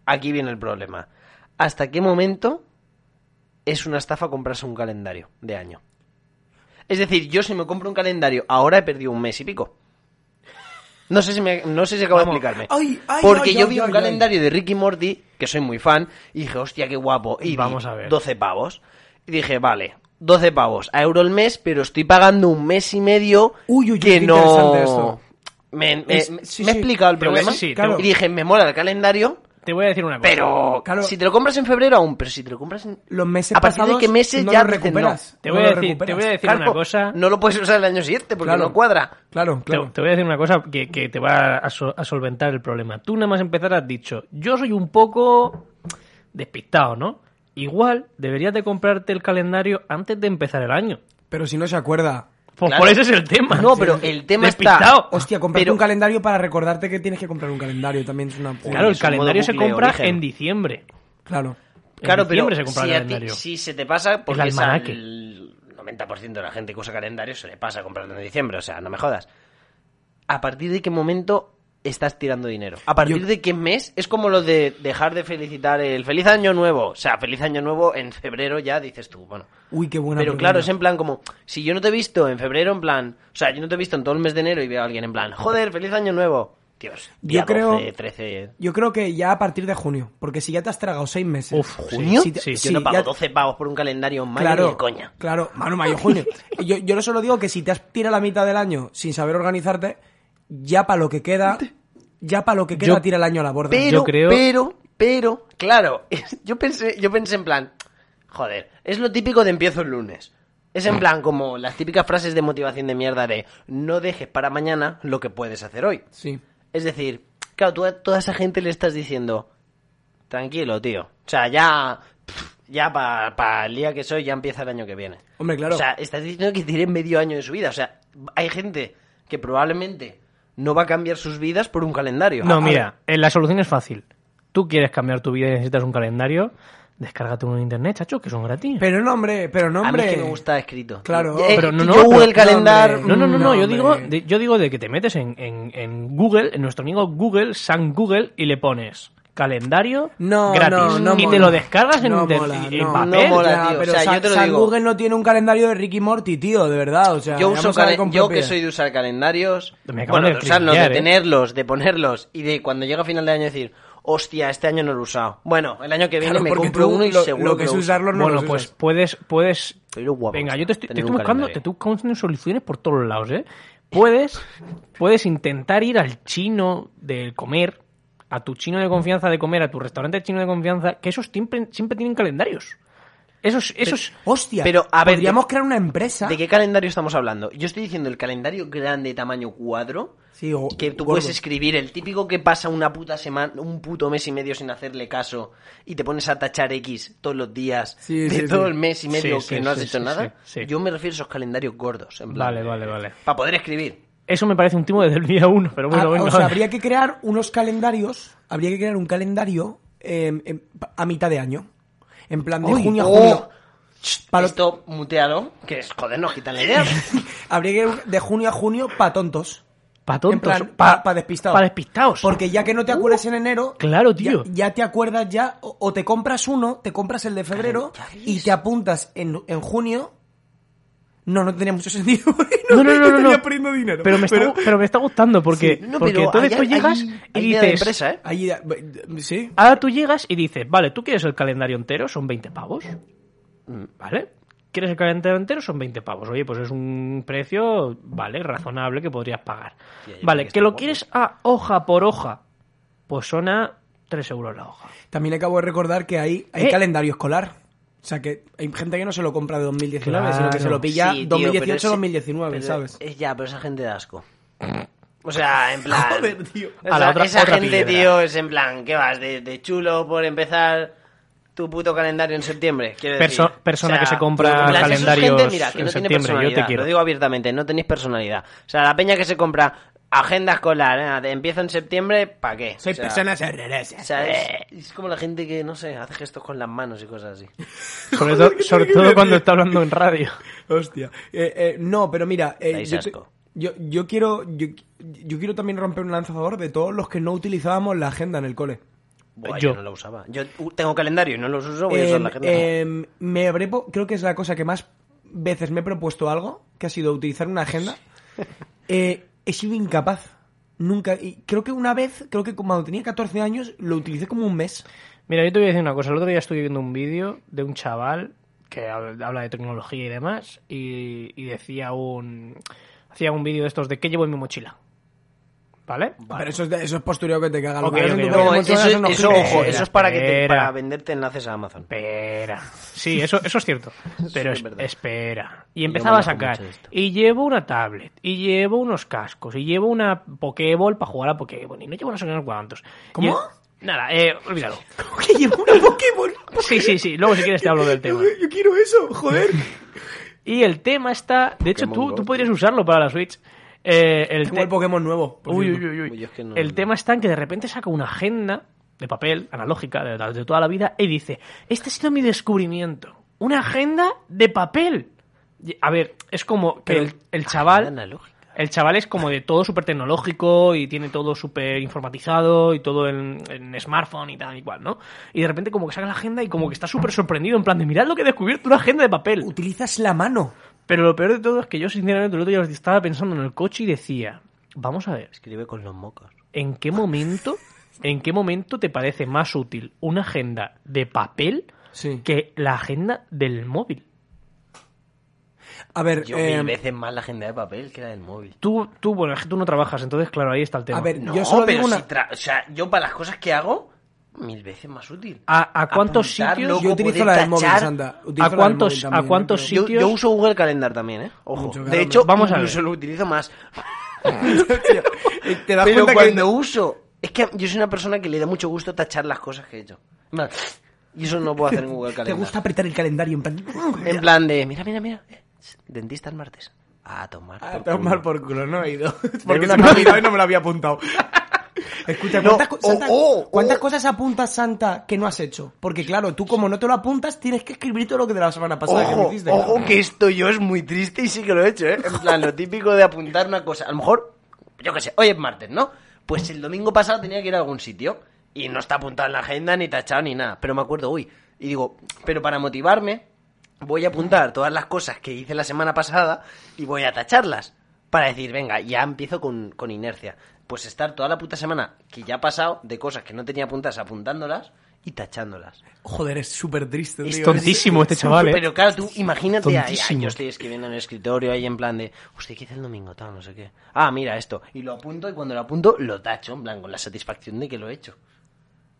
Speaker 3: Aquí viene el problema. ¿Hasta qué momento es una estafa comprarse un calendario de año? Es decir, yo si me compro un calendario, ahora he perdido un mes y pico. No sé si, me, no sé si acabo
Speaker 2: Vamos.
Speaker 3: de explicarme.
Speaker 1: Ay, ay,
Speaker 3: Porque
Speaker 1: ay,
Speaker 3: yo
Speaker 1: ay,
Speaker 3: vi un
Speaker 1: ay,
Speaker 3: calendario de Ricky Morty, que soy muy fan, y dije, hostia, qué guapo. Y vi
Speaker 2: Vamos a ver.
Speaker 3: 12 pavos. Y dije, vale, 12 pavos a euro el mes, pero estoy pagando un mes y medio
Speaker 1: Uy, uy, uy,
Speaker 3: que
Speaker 1: qué
Speaker 3: no...
Speaker 1: interesante esto.
Speaker 3: Me, me-
Speaker 1: Es- sí,
Speaker 3: me he
Speaker 1: sí.
Speaker 3: explicado el
Speaker 2: Te voy a-
Speaker 3: problema.
Speaker 2: sí, sí,
Speaker 1: Claro.
Speaker 3: Y
Speaker 1: te-
Speaker 3: dije, me mola el calendario,
Speaker 2: Te voy a decir una cosa.
Speaker 3: pero
Speaker 1: Claro.
Speaker 3: si te lo compras en febrero aún, pero si te lo compras en...
Speaker 1: Los meses
Speaker 3: a partir de
Speaker 1: pasados
Speaker 3: qué meses
Speaker 1: no
Speaker 3: ya
Speaker 1: los
Speaker 3: dicen,
Speaker 1: recuperas.
Speaker 2: Te
Speaker 1: No
Speaker 2: voy a
Speaker 1: los
Speaker 2: decir- te
Speaker 1: recuperas.
Speaker 2: voy a decir- una cosa.
Speaker 3: No lo puedes usar el año siguiente porque
Speaker 1: Claro.
Speaker 3: no cuadra.
Speaker 1: Claro,
Speaker 2: Te,
Speaker 1: claro.
Speaker 2: te voy a decir una cosa que, que te va a, sol- a solventar el problema. Tú nada más empezar has dicho, yo soy un poco despistado, ¿no? Igual deberías de comprarte el calendario antes de empezar el año.
Speaker 1: Pero si no se acuerda.
Speaker 2: Pues
Speaker 3: Claro.
Speaker 2: por ese es el tema.
Speaker 3: No, pero el tema está-
Speaker 2: Despistado.
Speaker 1: Hostia, comprarte
Speaker 3: Pero-
Speaker 1: un calendario para recordarte que tienes que comprar un calendario también es una.
Speaker 2: Claro, el
Speaker 3: Es un modo
Speaker 2: calendario se
Speaker 3: bucle de
Speaker 2: compra
Speaker 3: origen.
Speaker 2: en diciembre.
Speaker 1: Claro.
Speaker 2: En
Speaker 3: Claro, pero
Speaker 2: diciembre se compra
Speaker 3: si,
Speaker 2: el
Speaker 3: a ti-
Speaker 2: calendario.
Speaker 3: si se te pasa, porque es
Speaker 2: almanaque.
Speaker 3: al 90% de la gente que usa calendario se le pasa comprarlo en diciembre, o sea, no me jodas. ¿A partir de qué momento estás tirando dinero? ¿A partir
Speaker 1: Yo-
Speaker 3: de qué mes? Es como lo de dejar de felicitar el feliz año nuevo. O sea, feliz año nuevo en febrero ya dices tú, bueno.
Speaker 1: Uy, qué buena.
Speaker 3: Pero claro, es
Speaker 1: pregunta.
Speaker 3: en plan como, si yo no te he visto en febrero, en plan, o sea, yo no te he visto en todo el mes de enero y veo a alguien en plan, joder, feliz año nuevo. Dios, día
Speaker 1: Yo creo-
Speaker 3: 12, 13, eh.
Speaker 1: Yo creo que ya a partir de junio, porque si ya te has tragado seis meses.
Speaker 2: Uf,
Speaker 3: ¿Junio?
Speaker 1: Si te-
Speaker 2: Sí,
Speaker 3: yo
Speaker 1: si
Speaker 3: no pago
Speaker 1: ya-
Speaker 3: 12 pavos por un calendario en mayo
Speaker 1: Claro,
Speaker 3: ni de coña.
Speaker 1: claro, mano, mayo,
Speaker 3: <laughs>
Speaker 1: junio. Yo, yo no solo digo que si te has tirado la mitad del año sin saber organizarte, ya para lo que queda, ya para lo que queda
Speaker 2: Yo-
Speaker 1: tira el año a la borda.
Speaker 3: Pero,
Speaker 2: Yo creo-
Speaker 3: pero, pero, claro, <laughs> es- yo pensé, yo pensé en plan, joder, es lo típico de empiezo el lunes. Es
Speaker 2: Mm.
Speaker 3: en plan como las típicas frases de motivación de mierda de no dejes para mañana lo que puedes hacer hoy.
Speaker 1: Sí.
Speaker 3: Es decir, claro, tú a toda esa gente le estás diciendo, tranquilo, tío. O sea, ya, pff, ya para el día que soy, ya empieza el año que viene.
Speaker 1: Hombre, claro.
Speaker 3: O sea, estás diciendo que tiene medio año de su vida. O sea, hay gente que probablemente no va a cambiar sus vidas por un calendario.
Speaker 2: No,
Speaker 3: A- a
Speaker 2: mira, eh, la solución es fácil. Tú quieres cambiar tu vida y necesitas un calendario, descárgate uno en internet, chacho, que son gratis.
Speaker 1: Pero no, hombre, pero no, hombre.
Speaker 3: A mí es que me gusta escrito.
Speaker 1: Claro.
Speaker 3: Eh,
Speaker 2: Pero no,
Speaker 3: yo
Speaker 2: no,
Speaker 3: Google
Speaker 2: pero-
Speaker 3: Calendar.
Speaker 1: no,
Speaker 2: no, no, no, no,
Speaker 1: no,
Speaker 2: yo
Speaker 1: hombre.
Speaker 2: digo, de, yo digo de que te metes en, en- en Google, en nuestro amigo Google, San Google, y le pones calendario
Speaker 1: No, no,
Speaker 2: gratis.
Speaker 1: no
Speaker 2: y
Speaker 1: mola.
Speaker 2: te lo descargas en,
Speaker 1: No
Speaker 2: inter-
Speaker 1: mola,
Speaker 2: en
Speaker 1: no.
Speaker 2: papel.
Speaker 3: No mola. tío.
Speaker 1: pero
Speaker 3: O sea, yo
Speaker 1: San,
Speaker 3: te lo
Speaker 1: San
Speaker 3: digo.
Speaker 1: Google no tiene un calendario de Ricky Morty, tío, de verdad. O sea,
Speaker 3: Yo, uso
Speaker 1: vamos a ver
Speaker 3: calen-
Speaker 1: con
Speaker 3: yo que
Speaker 1: propiedad.
Speaker 3: soy de usar calendarios.
Speaker 2: Me acabo
Speaker 3: bueno,
Speaker 2: de
Speaker 3: de usarlos, de
Speaker 2: tripear, eh.
Speaker 3: tenerlos, de ponerlos. Y de cuando llega final de año decir, hostia, este año no lo he usado. Bueno, el año que viene
Speaker 1: Claro,
Speaker 3: me
Speaker 1: porque
Speaker 3: compro
Speaker 1: tú
Speaker 3: uno y
Speaker 1: lo,
Speaker 3: seguro
Speaker 1: lo que es
Speaker 3: lo uso.
Speaker 1: usarlo no
Speaker 2: bueno,
Speaker 1: los
Speaker 2: pues
Speaker 1: usas.
Speaker 2: puedes, puedes.
Speaker 3: Pero guapo
Speaker 2: Venga,
Speaker 3: está
Speaker 2: yo te estoy, te
Speaker 3: tener
Speaker 2: estoy
Speaker 3: un
Speaker 2: buscando,
Speaker 3: calendario.
Speaker 2: te estoy buscando soluciones por todos lados, ¿eh? puedes, puedes intentar ir al chino de comer, a tu chino de confianza de comer, a tu restaurante chino de confianza, que esos siempre, siempre tienen calendarios. Esos, esos,
Speaker 1: Hostia,
Speaker 3: Pero, a ver,
Speaker 1: podríamos
Speaker 3: de-
Speaker 1: crear una empresa.
Speaker 3: ¿De qué calendario estamos hablando? Yo estoy diciendo el calendario grande tamaño cuadro.
Speaker 1: Sí, o-
Speaker 3: Que tú
Speaker 1: gordo.
Speaker 3: puedes escribir el típico que pasa una puta semana, un puto mes y medio sin hacerle caso y te pones a tachar X todos los días
Speaker 1: Sí,
Speaker 3: de
Speaker 1: sí,
Speaker 3: todo
Speaker 1: sí.
Speaker 3: el mes y medio
Speaker 2: Sí,
Speaker 3: que
Speaker 2: sí,
Speaker 3: no has
Speaker 2: sí,
Speaker 3: hecho
Speaker 2: sí,
Speaker 3: nada.
Speaker 2: sí, sí.
Speaker 3: Yo me refiero a esos calendarios gordos, en plan.
Speaker 2: Vale, vale, vale.
Speaker 3: Para poder escribir.
Speaker 2: Eso me parece un timo desde el día uno, pero bueno,
Speaker 1: Ah,
Speaker 2: venga.
Speaker 1: o sea, habría que crear unos calendarios. Habría que crear un calendario eh, em, a mitad de año. En plan de
Speaker 3: Uy,
Speaker 1: junio <laughs> a
Speaker 3: oh.
Speaker 1: julio. Para los-
Speaker 3: Esto muteado, que es, joder, nos quitan
Speaker 1: <laughs>
Speaker 3: la idea.
Speaker 1: Habría que de junio a junio para tontos.
Speaker 2: Para
Speaker 1: En
Speaker 2: tontos.
Speaker 1: plan,
Speaker 2: pa-
Speaker 1: pa- pa despistados.
Speaker 2: pa despistados.
Speaker 1: Porque ya que no te acuerdas en enero.
Speaker 2: claro,
Speaker 1: ya-
Speaker 2: tío.
Speaker 1: Ya, te acuerdas ya. O, o te compras uno, te compras el de febrero. Y te apuntas en, en junio. No, no tenía mucho sentido. porque
Speaker 2: No, no, no, no,
Speaker 1: estaría
Speaker 2: no.
Speaker 1: perdiendo dinero.
Speaker 2: Pero me, está, pero... me está gustando porque,
Speaker 3: Sí, no,
Speaker 2: porque
Speaker 3: pero
Speaker 2: tú
Speaker 3: hay-
Speaker 2: después
Speaker 3: hay-
Speaker 2: llegas y
Speaker 3: hay idea de
Speaker 2: dices.
Speaker 3: empresa, ¿eh?
Speaker 1: Ahí ya- sí.
Speaker 2: Ahora tú llegas y dices, vale, tú quieres el calendario entero, son 20 pavos.
Speaker 3: Mm.
Speaker 2: ¿Vale? ¿Quieres el calendario entero? Son 20 pavos. Oye, pues es un precio, vale, razonable que podrías pagar.
Speaker 3: Tía, yo creo
Speaker 2: vale,
Speaker 3: que
Speaker 2: que
Speaker 3: está
Speaker 2: lo
Speaker 3: guapo.
Speaker 2: quieres a hoja por hoja, pues son a 3 euros la
Speaker 3: <laughs>
Speaker 2: hoja.
Speaker 1: También acabo de recordar que hay, hay
Speaker 2: Eh.
Speaker 1: calendario escolar. O sea, que hay gente que no se lo compra de 2019, sino que se lo
Speaker 2: Claro.
Speaker 1: pilla
Speaker 3: Sí, tío, pero ese-
Speaker 1: 2018-2019,
Speaker 3: pero
Speaker 1: ¿sabes?
Speaker 3: es- ya, pero esa gente da asco. O sea, en plan.
Speaker 1: <laughs> Joder, tío.
Speaker 3: o sea,
Speaker 2: A la otra-
Speaker 3: esa
Speaker 2: otra
Speaker 3: gente,
Speaker 2: piedra.
Speaker 3: tío, es en plan, ¿qué vas? De, de chulo por empezar tu puto calendario en septiembre. quiero decir.
Speaker 2: Perso- persona que se compra
Speaker 3: tío, en plan, eso es
Speaker 2: calendarios
Speaker 3: gente, mira, que
Speaker 2: en
Speaker 3: no tiene
Speaker 2: septiembre, yo te
Speaker 3: personalidad,
Speaker 2: quiero.
Speaker 3: Lo digo abiertamente, no tenéis personalidad. O sea, la peña que se compra agenda escolar, ¿eh? de- empieza en septiembre, ¿para qué?
Speaker 1: Soy
Speaker 3: o sea,
Speaker 1: personas
Speaker 3: O sea,
Speaker 2: Eh.
Speaker 3: es, es como la gente que, no sé, hace gestos con las manos y cosas así.
Speaker 2: Sobre, to- sobre todo cuando está hablando en radio.
Speaker 1: Hostia. Eh, eh, no, pero mira, eh,
Speaker 3: Dais
Speaker 1: yo, te-
Speaker 3: asco.
Speaker 1: yo, yo quiero yo, yo quiero también romper un lanzador de todos los que no utilizábamos la agenda en el cole.
Speaker 3: Buah,
Speaker 2: Yo.
Speaker 3: yo. no la usaba. Yo uh, tengo calendario y no los uso, voy a
Speaker 1: Em,
Speaker 3: usar la agenda.
Speaker 1: em, me habré po- creo que es la cosa que más veces me he propuesto algo, que ha sido utilizar una
Speaker 3: <laughs>
Speaker 1: agenda. Eh, he sido incapaz. Nunca. Y creo que una vez, creo que cuando tenía 14 años, lo utilicé como un mes.
Speaker 2: Mira, yo te voy a decir una cosa. El otro día estuve viendo un vídeo de un chaval que hab- habla de tecnología y demás y, y decía un... Hacía un vídeo de estos de qué llevo en mi mochila. ¿Vale?
Speaker 1: Pero eso es, de- eso es postureo que te caga. Lo
Speaker 2: Ok,
Speaker 1: que hagas
Speaker 2: ok,
Speaker 1: en tu
Speaker 2: ok.
Speaker 1: propia
Speaker 3: No,
Speaker 1: mochila,
Speaker 3: eso,
Speaker 1: eso no
Speaker 3: eso,
Speaker 1: sirve.
Speaker 3: ojo, eso es para, que te-
Speaker 2: Espera.
Speaker 3: para venderte enlaces a Amazon.
Speaker 2: Espera. Sí, eso, eso es
Speaker 3: <laughs>
Speaker 2: cierto. Pero
Speaker 3: es
Speaker 2: es-
Speaker 3: verdad.
Speaker 2: espera. Y
Speaker 3: Yo
Speaker 2: empezaba a
Speaker 3: manejo
Speaker 2: sacar.
Speaker 3: mucho esto.
Speaker 2: Y llevo una tablet. Y llevo unos cascos. Y llevo una Pokéball para jugar a Pokéball. Y no llevo no sé unos cuantos. Y
Speaker 1: ¿Cómo?
Speaker 2: el- Nada, eh,
Speaker 3: <laughs>
Speaker 2: olvídalo.
Speaker 1: ¿Cómo <laughs> que llevo una <laughs> Pokémon?
Speaker 2: Sí, sí, sí. Luego si quieres te hablo del
Speaker 3: <laughs>
Speaker 2: tema.
Speaker 1: Yo quiero eso, joder.
Speaker 2: Y el tema está. De hecho,
Speaker 3: Pokémon
Speaker 2: tú,
Speaker 3: Go,
Speaker 2: tú podrías usarlo para la Switch. Eh, el
Speaker 1: Tengo el
Speaker 2: te-
Speaker 1: Pokémon nuevo. por
Speaker 2: Uy,
Speaker 1: cierto.
Speaker 2: uy, uy, uy.
Speaker 3: Uy, Pues yo es que no-
Speaker 2: El tema está en que de repente saca una agenda de papel, analógica, de, de toda la vida, y dice: Este ha sido mi descubrimiento. Una agenda de papel. Y- A ver, es como que
Speaker 1: Pero
Speaker 2: el, el chaval.
Speaker 3: Analógica.
Speaker 2: El chaval es como de todo súper tecnológico y tiene todo súper informatizado y todo en, en smartphone y tal y cual, ¿no? Y de repente como que saca la agenda y como que está súper sorprendido en plan de mirad lo que he descubierto, una agenda de papel.
Speaker 1: Utilizas la mano.
Speaker 2: Pero lo peor de todo es que yo, sinceramente, el otro día estaba pensando en el coche y decía, vamos a ver,
Speaker 3: Escribe con los mocos.
Speaker 2: ¿en qué momento, en qué momento te parece más útil una agenda de papel
Speaker 1: Sí.
Speaker 2: que la agenda del móvil?
Speaker 1: A ver,
Speaker 3: Yo
Speaker 1: em,
Speaker 3: mil veces más la agenda de papel que la del móvil.
Speaker 2: Tú, tú, bueno, es que tú no trabajas, entonces, claro, ahí está el tema.
Speaker 1: A ver,
Speaker 3: No,
Speaker 1: yo solo
Speaker 3: pero
Speaker 1: digo una-
Speaker 3: si tra- O sea, yo para las cosas que hago, mil veces más útil.
Speaker 2: ¿A, a cuántos
Speaker 3: Apuntar,
Speaker 2: sitios?
Speaker 3: loco,
Speaker 1: yo utilizo
Speaker 3: poder
Speaker 1: la del móvil,
Speaker 3: tachar.
Speaker 1: Santa. Utilizo la del
Speaker 2: ¿A
Speaker 1: móvil
Speaker 2: cuántos,
Speaker 1: también, ¿eh?
Speaker 2: a
Speaker 1: yo
Speaker 2: cuántos
Speaker 1: creo.
Speaker 3: Yo,
Speaker 2: sitios?
Speaker 3: yo uso Google Calendar también, ¿eh? Ojo.
Speaker 1: Mucho, claro,
Speaker 3: de hecho,
Speaker 2: vamos a ver.
Speaker 3: incluso lo utilizo más.
Speaker 1: <laughs> Te das
Speaker 3: Pero
Speaker 1: cuenta que-
Speaker 3: cuando uso... Es que yo soy una persona que le da mucho gusto tachar las cosas que he hecho. En plan, Y eso no puedo hacer en
Speaker 1: <laughs>
Speaker 3: Google
Speaker 1: Te
Speaker 3: Calendar.
Speaker 1: gusta apretar el calendario en plan. <laughs>
Speaker 3: En plan de, mira, mira, mira. eh, Dentista el martes. A tomar.
Speaker 1: A
Speaker 3: por
Speaker 1: tomar
Speaker 3: culo.
Speaker 1: por culo, no he <laughs> ido.
Speaker 3: Pero
Speaker 1: Porque se me
Speaker 3: una
Speaker 1: ha
Speaker 3: página-
Speaker 1: olvidado y no me lo había apuntado. <laughs> Escucha,
Speaker 3: No,
Speaker 1: ¿cuántas, co-
Speaker 3: oh,
Speaker 1: Santa,
Speaker 3: oh, oh.
Speaker 1: cuántas cosas apuntas, Santa, que no has hecho? Porque claro, tú como no te lo apuntas, tienes que escribir todo lo que de la semana pasada que
Speaker 3: Ojo,
Speaker 1: me hiciste.
Speaker 3: ojo, que esto yo es muy triste y sí que lo he hecho, ¿eh? En plan, lo típico de apuntar una cosa. A lo mejor, yo qué sé, hoy es martes, ¿no? Pues el domingo pasado tenía que ir a algún sitio y no está apuntado en la agenda, ni tachado, ni nada. Pero me acuerdo hoy. Y digo, pero para motivarme, voy a apuntar todas las cosas que hice la semana pasada y voy a tacharlas. Para decir, venga, ya empiezo con, con inercia. Pues estar toda la puta semana que ya ha pasado de cosas que no tenía apuntadas apuntándolas y tachándolas.
Speaker 1: Joder, es súper triste,
Speaker 3: Es
Speaker 1: tío.
Speaker 2: tontísimo este chaval, ¿eh?
Speaker 3: Pero claro, tú imagínate, ahí,
Speaker 2: Tontísimo.
Speaker 3: ay, yo estoy escribiendo en el escritorio ahí en plan de, hostia, ¿qué hice el domingo? Tal, no sé qué. Ah, mira esto. Y lo apunto y cuando lo apunto, lo tacho, en plan, con la satisfacción de que lo he hecho.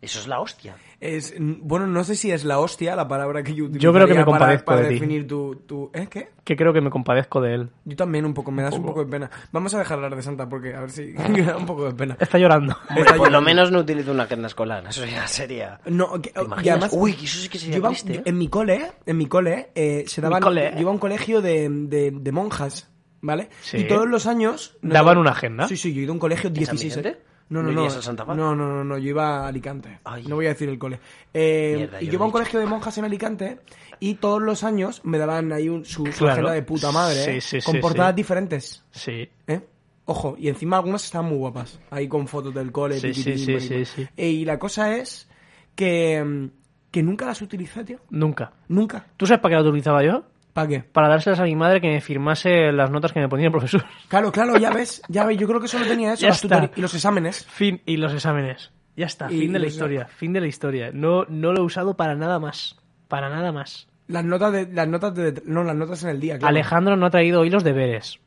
Speaker 3: Eso es la hostia.
Speaker 1: Es- bueno, no sé si es la hostia la palabra que yo utilizo.
Speaker 2: Yo creo que me
Speaker 1: para,
Speaker 2: compadezco
Speaker 1: para
Speaker 2: de ti.
Speaker 1: definir tu, tu... ¿Eh? ¿Qué?
Speaker 2: Que creo que me compadezco de él.
Speaker 1: Yo también un poco, me das un
Speaker 2: poco.
Speaker 1: poco de pena. Vamos a dejar hablar de Santa porque a ver si <laughs> me da un poco de pena.
Speaker 2: Está llorando.
Speaker 1: Está
Speaker 3: Hombre, por lo
Speaker 1: llorando.
Speaker 3: menos no utilizo una agenda escolar. <laughs> Eso ya sería...
Speaker 1: No, que-
Speaker 3: ¿Te imaginas?
Speaker 1: y además,
Speaker 3: Uy, eso sí que sería
Speaker 1: yo iba-
Speaker 3: triste,
Speaker 1: yo-
Speaker 3: ¿eh?
Speaker 1: en mi cole, en mi cole, eh, se daban,
Speaker 2: cole.
Speaker 1: yo iba a un colegio de, de- de monjas, ¿vale?
Speaker 2: Sí.
Speaker 1: Y todos los años... nos
Speaker 2: ¿Daban una agenda?
Speaker 1: Sí, sí, yo he ido a un colegio
Speaker 3: San
Speaker 1: 16...
Speaker 3: Vicente?
Speaker 1: No, no,
Speaker 3: ¿No
Speaker 1: no.
Speaker 3: irías a Santa Paz?
Speaker 1: No, no, no, no, yo iba a Alicante.
Speaker 3: Ay.
Speaker 1: No voy a decir el cole. Eh,
Speaker 3: Mierda,
Speaker 1: y
Speaker 3: yo
Speaker 1: yo iba
Speaker 3: lo
Speaker 1: a un
Speaker 3: he dicho.
Speaker 1: colegio de monjas en Alicante y todos los años me daban ahí un, su, su
Speaker 2: Claro.
Speaker 1: agenda de puta madre, ¿eh?
Speaker 2: Sí, sí, sí,
Speaker 1: con
Speaker 2: sí.
Speaker 1: portadas diferentes.
Speaker 2: Sí.
Speaker 1: ¿Eh? Ojo, y encima algunas están muy guapas. Ahí con fotos del cole.
Speaker 2: Sí,
Speaker 1: tiquitín,
Speaker 2: sí, sí,
Speaker 1: maricón.
Speaker 2: sí, sí.
Speaker 1: Eh, y la cosa es que, mm, que nunca las utilicé, tío.
Speaker 2: Nunca.
Speaker 1: Nunca.
Speaker 2: ¿Tú sabes para qué la utilizaba yo?
Speaker 1: ¿Para qué?
Speaker 2: Para dárselas a mi madre que me firmase las notas que me ponía el profesor. <laughs>
Speaker 1: Claro, claro, ya ves, ya ves. Yo creo que solo tenía eso,
Speaker 2: Ya
Speaker 1: las
Speaker 2: está.
Speaker 1: tutorías y los exámenes.
Speaker 2: Fin. Y los exámenes. Ya está.
Speaker 1: Y
Speaker 2: Fin de la
Speaker 1: los-
Speaker 2: historia. Fin de la historia. No, no lo he usado para nada más. Para nada más.
Speaker 1: Las notas de, las notas de, no, las notas en el día, claro.
Speaker 2: Alejandro no ha traído hoy los deberes.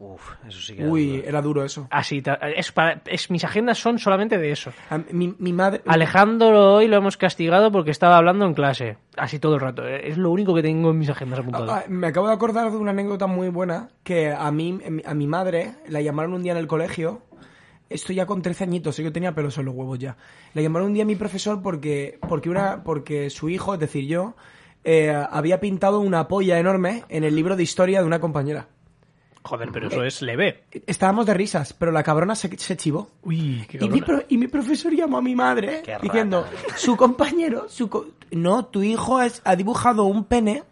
Speaker 3: Uf, eso sí que... era
Speaker 1: Uy,
Speaker 3: duro.
Speaker 1: era duro eso.
Speaker 2: Así, ta- es para- es, mis agendas son solamente de eso.
Speaker 1: A- Mi, mi madre.
Speaker 2: Alejandro hoy lo hemos castigado porque estaba hablando en clase. Así todo el rato. Es lo único que tengo en mis agendas
Speaker 1: Ah,
Speaker 2: apuntadas.
Speaker 1: ah, Me acabo de acordar de una anécdota muy buena que a mí, em, a mi madre, la llamaron un día en el colegio. Esto ya con 13 añitos, sí, yo tenía pelos en los huevos ya. La llamaron un día a mi profesor porque, porque, una, porque su hijo, es decir, yo, eh, había pintado una polla enorme en el libro de historia de una compañera. ah.
Speaker 2: Joder, pero eso es leve.
Speaker 1: Estábamos de risas, pero la cabrona se, se chivó.
Speaker 2: Uy, qué
Speaker 1: Y mi, pro- y mi profesor llamó a mi madre
Speaker 3: Qué
Speaker 1: diciendo,
Speaker 3: rata.
Speaker 1: su compañero, su co- no, tu hijo es- ha dibujado un pene,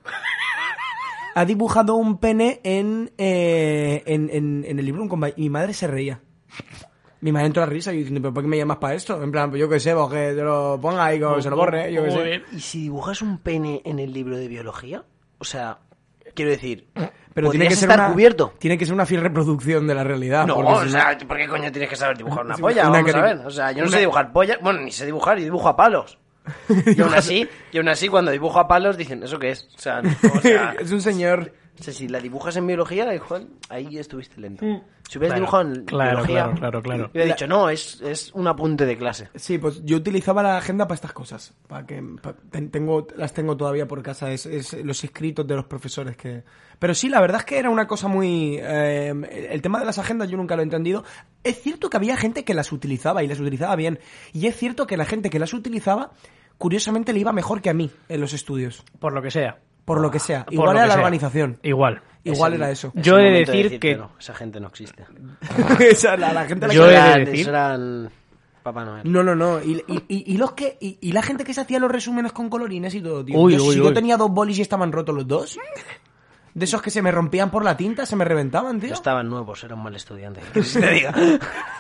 Speaker 1: ha dibujado un pene en, eh, en, en- en el libro de un compañero. Y mi madre se reía. Mi madre entró a la risa y yo diciendo, pero ¿por qué me llamas para esto? En plan, pues yo qué sé, vos que te lo ponga y que se lo borre, yo qué sé.
Speaker 2: Joder.
Speaker 3: ¿Y si dibujas un pene en el libro de biología? O sea, quiero decir,
Speaker 1: Pero tiene que
Speaker 3: podrías
Speaker 1: ser
Speaker 3: estar
Speaker 1: una,
Speaker 3: cubierto.
Speaker 1: Tiene que ser una fiel reproducción de la realidad.
Speaker 3: No,
Speaker 1: Ah, porque
Speaker 3: o
Speaker 1: si
Speaker 3: sea, ¿por qué coño tienes que saber dibujar una
Speaker 1: Sí,
Speaker 3: polla?
Speaker 1: una
Speaker 3: Vamos a
Speaker 1: cari-
Speaker 3: ver. O sea, yo no
Speaker 1: una-
Speaker 3: sé dibujar pollas. Bueno, ni sé dibujar, yo dibujo a palos. Y aún así, y aún así cuando dibujo a palos dicen, ¿eso qué es? O sea, no, o sea,
Speaker 1: <laughs> es un señor.
Speaker 3: o sea, si la dibujas en biología, igual, ahí estuviste lento. Si
Speaker 2: Claro,
Speaker 3: hubieras dibujado en
Speaker 2: claro,
Speaker 3: biología,
Speaker 2: claro, claro, claro.
Speaker 3: hubiera dicho, no, es, es un apunte de clase.
Speaker 1: Sí, pues yo utilizaba la agenda para estas cosas. Para que pa- ten- tengo, las tengo todavía por casa, es, es los escritos de los profesores que. Pero sí, la verdad es que era una cosa muy. eh, el tema de las agendas yo nunca lo he entendido. Es cierto que había gente que las utilizaba y las utilizaba bien. Y es cierto que la gente que las utilizaba, curiosamente le iba mejor que a mí en los estudios.
Speaker 2: Por lo que sea.
Speaker 1: Por lo que sea.
Speaker 2: Por
Speaker 1: Igual
Speaker 2: lo
Speaker 1: era
Speaker 2: que
Speaker 1: la
Speaker 2: sea.
Speaker 1: organización.
Speaker 2: Igual.
Speaker 1: Igual
Speaker 3: Es el-
Speaker 1: era
Speaker 2: <laughs>
Speaker 1: eso. <laughs>
Speaker 3: es
Speaker 2: Yo
Speaker 3: el
Speaker 2: he de
Speaker 3: momento
Speaker 2: decir que-
Speaker 3: no, esa gente no existe.
Speaker 1: Esa, la, la gente a la
Speaker 2: Yo
Speaker 1: que-
Speaker 2: he de
Speaker 3: Eran-
Speaker 2: decir-
Speaker 3: eran Papá Noel.
Speaker 1: No, no, no. Y, y, y- y los que, y, y la gente que se hacía los resúmenes con colorines y todo, tío.
Speaker 2: Uy,
Speaker 1: yo,
Speaker 2: uy,
Speaker 1: si
Speaker 2: uy.
Speaker 1: yo tenía dos bolis y estaban rotos los dos. De esos que se me rompían por la tinta, se me reventaban, tío. <laughs>
Speaker 3: No estaban nuevos, era un mal estudiante. ¿Qué quieres que te diga?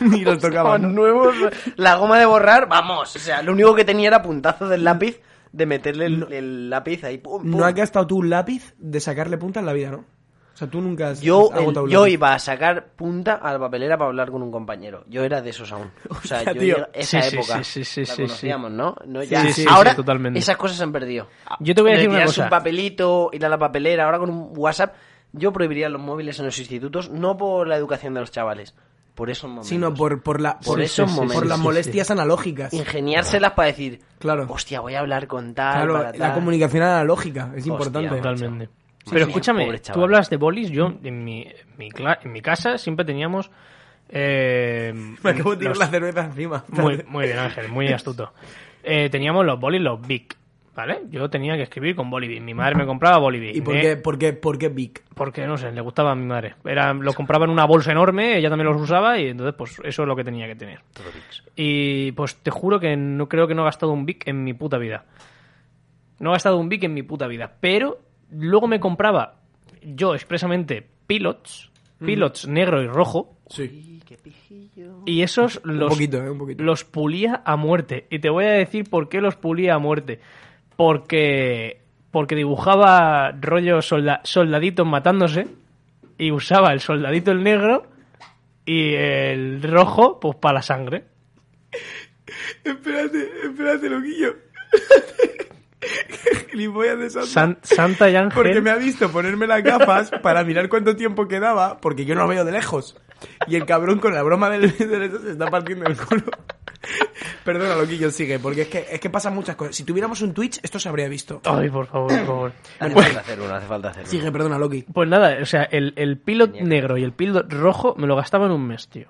Speaker 1: Ni los tocaban.
Speaker 3: Estaban nuevos. La goma de borrar, vamos. O sea, lo único que tenía era puntazo
Speaker 2: Mm.
Speaker 3: del lápiz, de meterle el, el lápiz ahí. pum, pum.
Speaker 1: No has gastado tú un lápiz de sacarle punta en la vida, ¿no? O sea, tú nunca has
Speaker 3: yo,
Speaker 1: has agotado
Speaker 3: el-
Speaker 1: un
Speaker 3: yo
Speaker 1: lápiz.
Speaker 3: iba a sacar punta a la papelera para hablar con un compañero. Yo era de esos aún. O sea,
Speaker 1: Hostia,
Speaker 3: yo
Speaker 1: tío.
Speaker 3: era- esa
Speaker 2: Sí, sí,
Speaker 3: época.
Speaker 2: sí, sí, sí,
Speaker 3: la
Speaker 2: sí, sí.
Speaker 3: conocíamos, ¿no? No,
Speaker 2: Sí,
Speaker 3: ya.
Speaker 2: sí, sí,
Speaker 3: ahora
Speaker 2: sí, totalmente.
Speaker 3: esas cosas se han perdido.
Speaker 2: Ah, Yo te voy a
Speaker 3: Le
Speaker 2: decir una
Speaker 3: tiras
Speaker 2: cosa.
Speaker 3: un papelito, ir a la papelera, ahora con un WhatsApp. Yo prohibiría los móviles en los institutos, no por la educación de los chavales, por esos momentos.
Speaker 1: Sino por, por, la, por,
Speaker 3: Por esos
Speaker 1: por
Speaker 3: momentos.
Speaker 1: las
Speaker 3: Sí, sí.
Speaker 1: molestias analógicas.
Speaker 3: ingeniárselas para decir,
Speaker 1: Claro.
Speaker 3: hostia, voy a hablar con tal,
Speaker 1: Claro,
Speaker 3: para
Speaker 1: la
Speaker 3: tal".
Speaker 1: comunicación analógica es
Speaker 3: Hostia,
Speaker 1: importante.
Speaker 3: total.
Speaker 2: Totalmente.
Speaker 3: Sí,
Speaker 2: Pero
Speaker 3: sí,
Speaker 2: escúchame,
Speaker 3: pobre
Speaker 2: tú
Speaker 3: chaval.
Speaker 2: hablas de bolis. Yo, en mi, en mi, cla- en mi casa, siempre teníamos.
Speaker 1: <laughs>
Speaker 2: eh,
Speaker 1: <laughs> Me acabo de tirar
Speaker 2: los-
Speaker 1: la cerveza encima.
Speaker 2: Muy, muy bien, Ángel, muy astuto. Eh, teníamos los bolis, los Bic, ¿vale? Yo tenía que escribir con boli Bic. Mi madre me compraba boli
Speaker 1: <laughs>
Speaker 2: Bic.
Speaker 1: ¿Y por
Speaker 2: Me-
Speaker 1: qué, por qué, por qué Vic?
Speaker 2: Porque, no sé, le gustaba a mi madre. Era, lo compraba en una bolsa enorme, ella también los usaba y entonces, pues, eso es lo que tenía que tener.
Speaker 3: Todo Vicks.
Speaker 2: Y, pues, te juro que no creo que no he gastado un Bic en mi puta vida. No he gastado un Bic en mi puta vida. Pero luego me compraba yo expresamente pilots, pilots negro y rojo,
Speaker 1: Sí.
Speaker 3: Y qué pijillo.
Speaker 2: y esos
Speaker 1: un
Speaker 2: los,
Speaker 1: poquito, eh, un poquito.
Speaker 2: los pulía a muerte. Y te voy a decir por qué los pulía a muerte. Porque, porque dibujaba rollo solda- soldaditos matándose y usaba el soldadito el negro y el rojo pues para la sangre.
Speaker 1: Espérate, espérate, loquillo. <laughs> Gilipollas de Santa.
Speaker 2: San- Santa y Ángel.
Speaker 1: Porque me ha visto ponerme las gafas para mirar cuánto tiempo quedaba, porque yo no lo veo de lejos. Y el cabrón con la broma del <laughs> del eso se está partiendo el culo. Perdona, loquillo, sigue, porque es que, es que pasan muchas cosas. Si tuviéramos un Twitch, esto se habría visto.
Speaker 2: Ay, por favor, por favor.
Speaker 3: Hace falta hacer uno, hace falta hacer uno.
Speaker 1: Sigue, perdona, Loki.
Speaker 2: Pues nada, o sea, el, el pilot negro y el pilot rojo me lo gastaba en un mes, tío.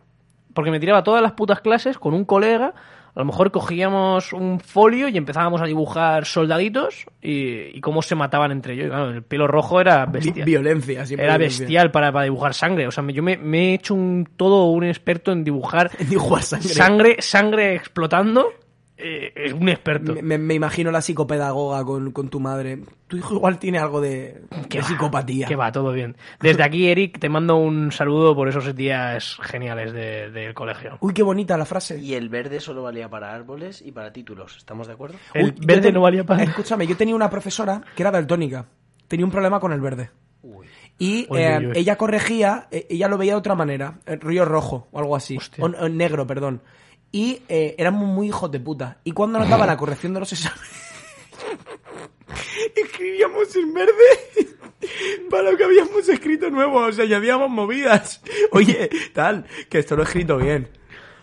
Speaker 2: Porque me tiraba todas las putas clases con un colega. A lo mejor cogíamos un folio y empezábamos a dibujar soldaditos y, y cómo se mataban entre ellos. Y, claro, el pelo rojo era
Speaker 1: Vi-
Speaker 2: bestial.
Speaker 1: Violencia, siempre
Speaker 2: Era
Speaker 1: violencia. <laughs>
Speaker 2: bestial para, para dibujar sangre. O sea, me- yo me, me he hecho un, todo un experto en dibujar
Speaker 1: Dijo a <laughs> sangre.
Speaker 2: sangre, sangre explotando. Eh, es un experto.
Speaker 1: me, me imagino la psicopedagoga con, con tu madre. Tu hijo igual tiene algo de, de
Speaker 2: va,
Speaker 1: psicopatía.
Speaker 2: Que va, todo bien. Desde aquí, Eric, te mando un saludo por esos días geniales de- del colegio.
Speaker 1: Uy, qué bonita la frase.
Speaker 3: Y el verde solo valía para árboles y para títulos, ¿estamos de acuerdo?
Speaker 2: El
Speaker 1: Uy, yo
Speaker 2: verde
Speaker 1: ten-
Speaker 2: no valía para nada.
Speaker 1: Escúchame, yo tenía una profesora que era daltónica. Tenía un problema con el verde.
Speaker 3: Uy.
Speaker 1: Y
Speaker 2: Uy,
Speaker 1: eh,
Speaker 2: uy, uy.
Speaker 1: ella corregía, eh, ella lo veía de otra manera, el río rojo o algo así,
Speaker 2: Hostia.
Speaker 1: o, o negro, perdón. Y eh, éramos muy hijos de puta. Y cuando anotaba la corrección de los exámenes, <laughs> escribíamos en verde <laughs> para lo que habíamos escrito nuevo, o sea, ya habíamos movidas. <laughs> Oye, tal, que esto lo he escrito bien,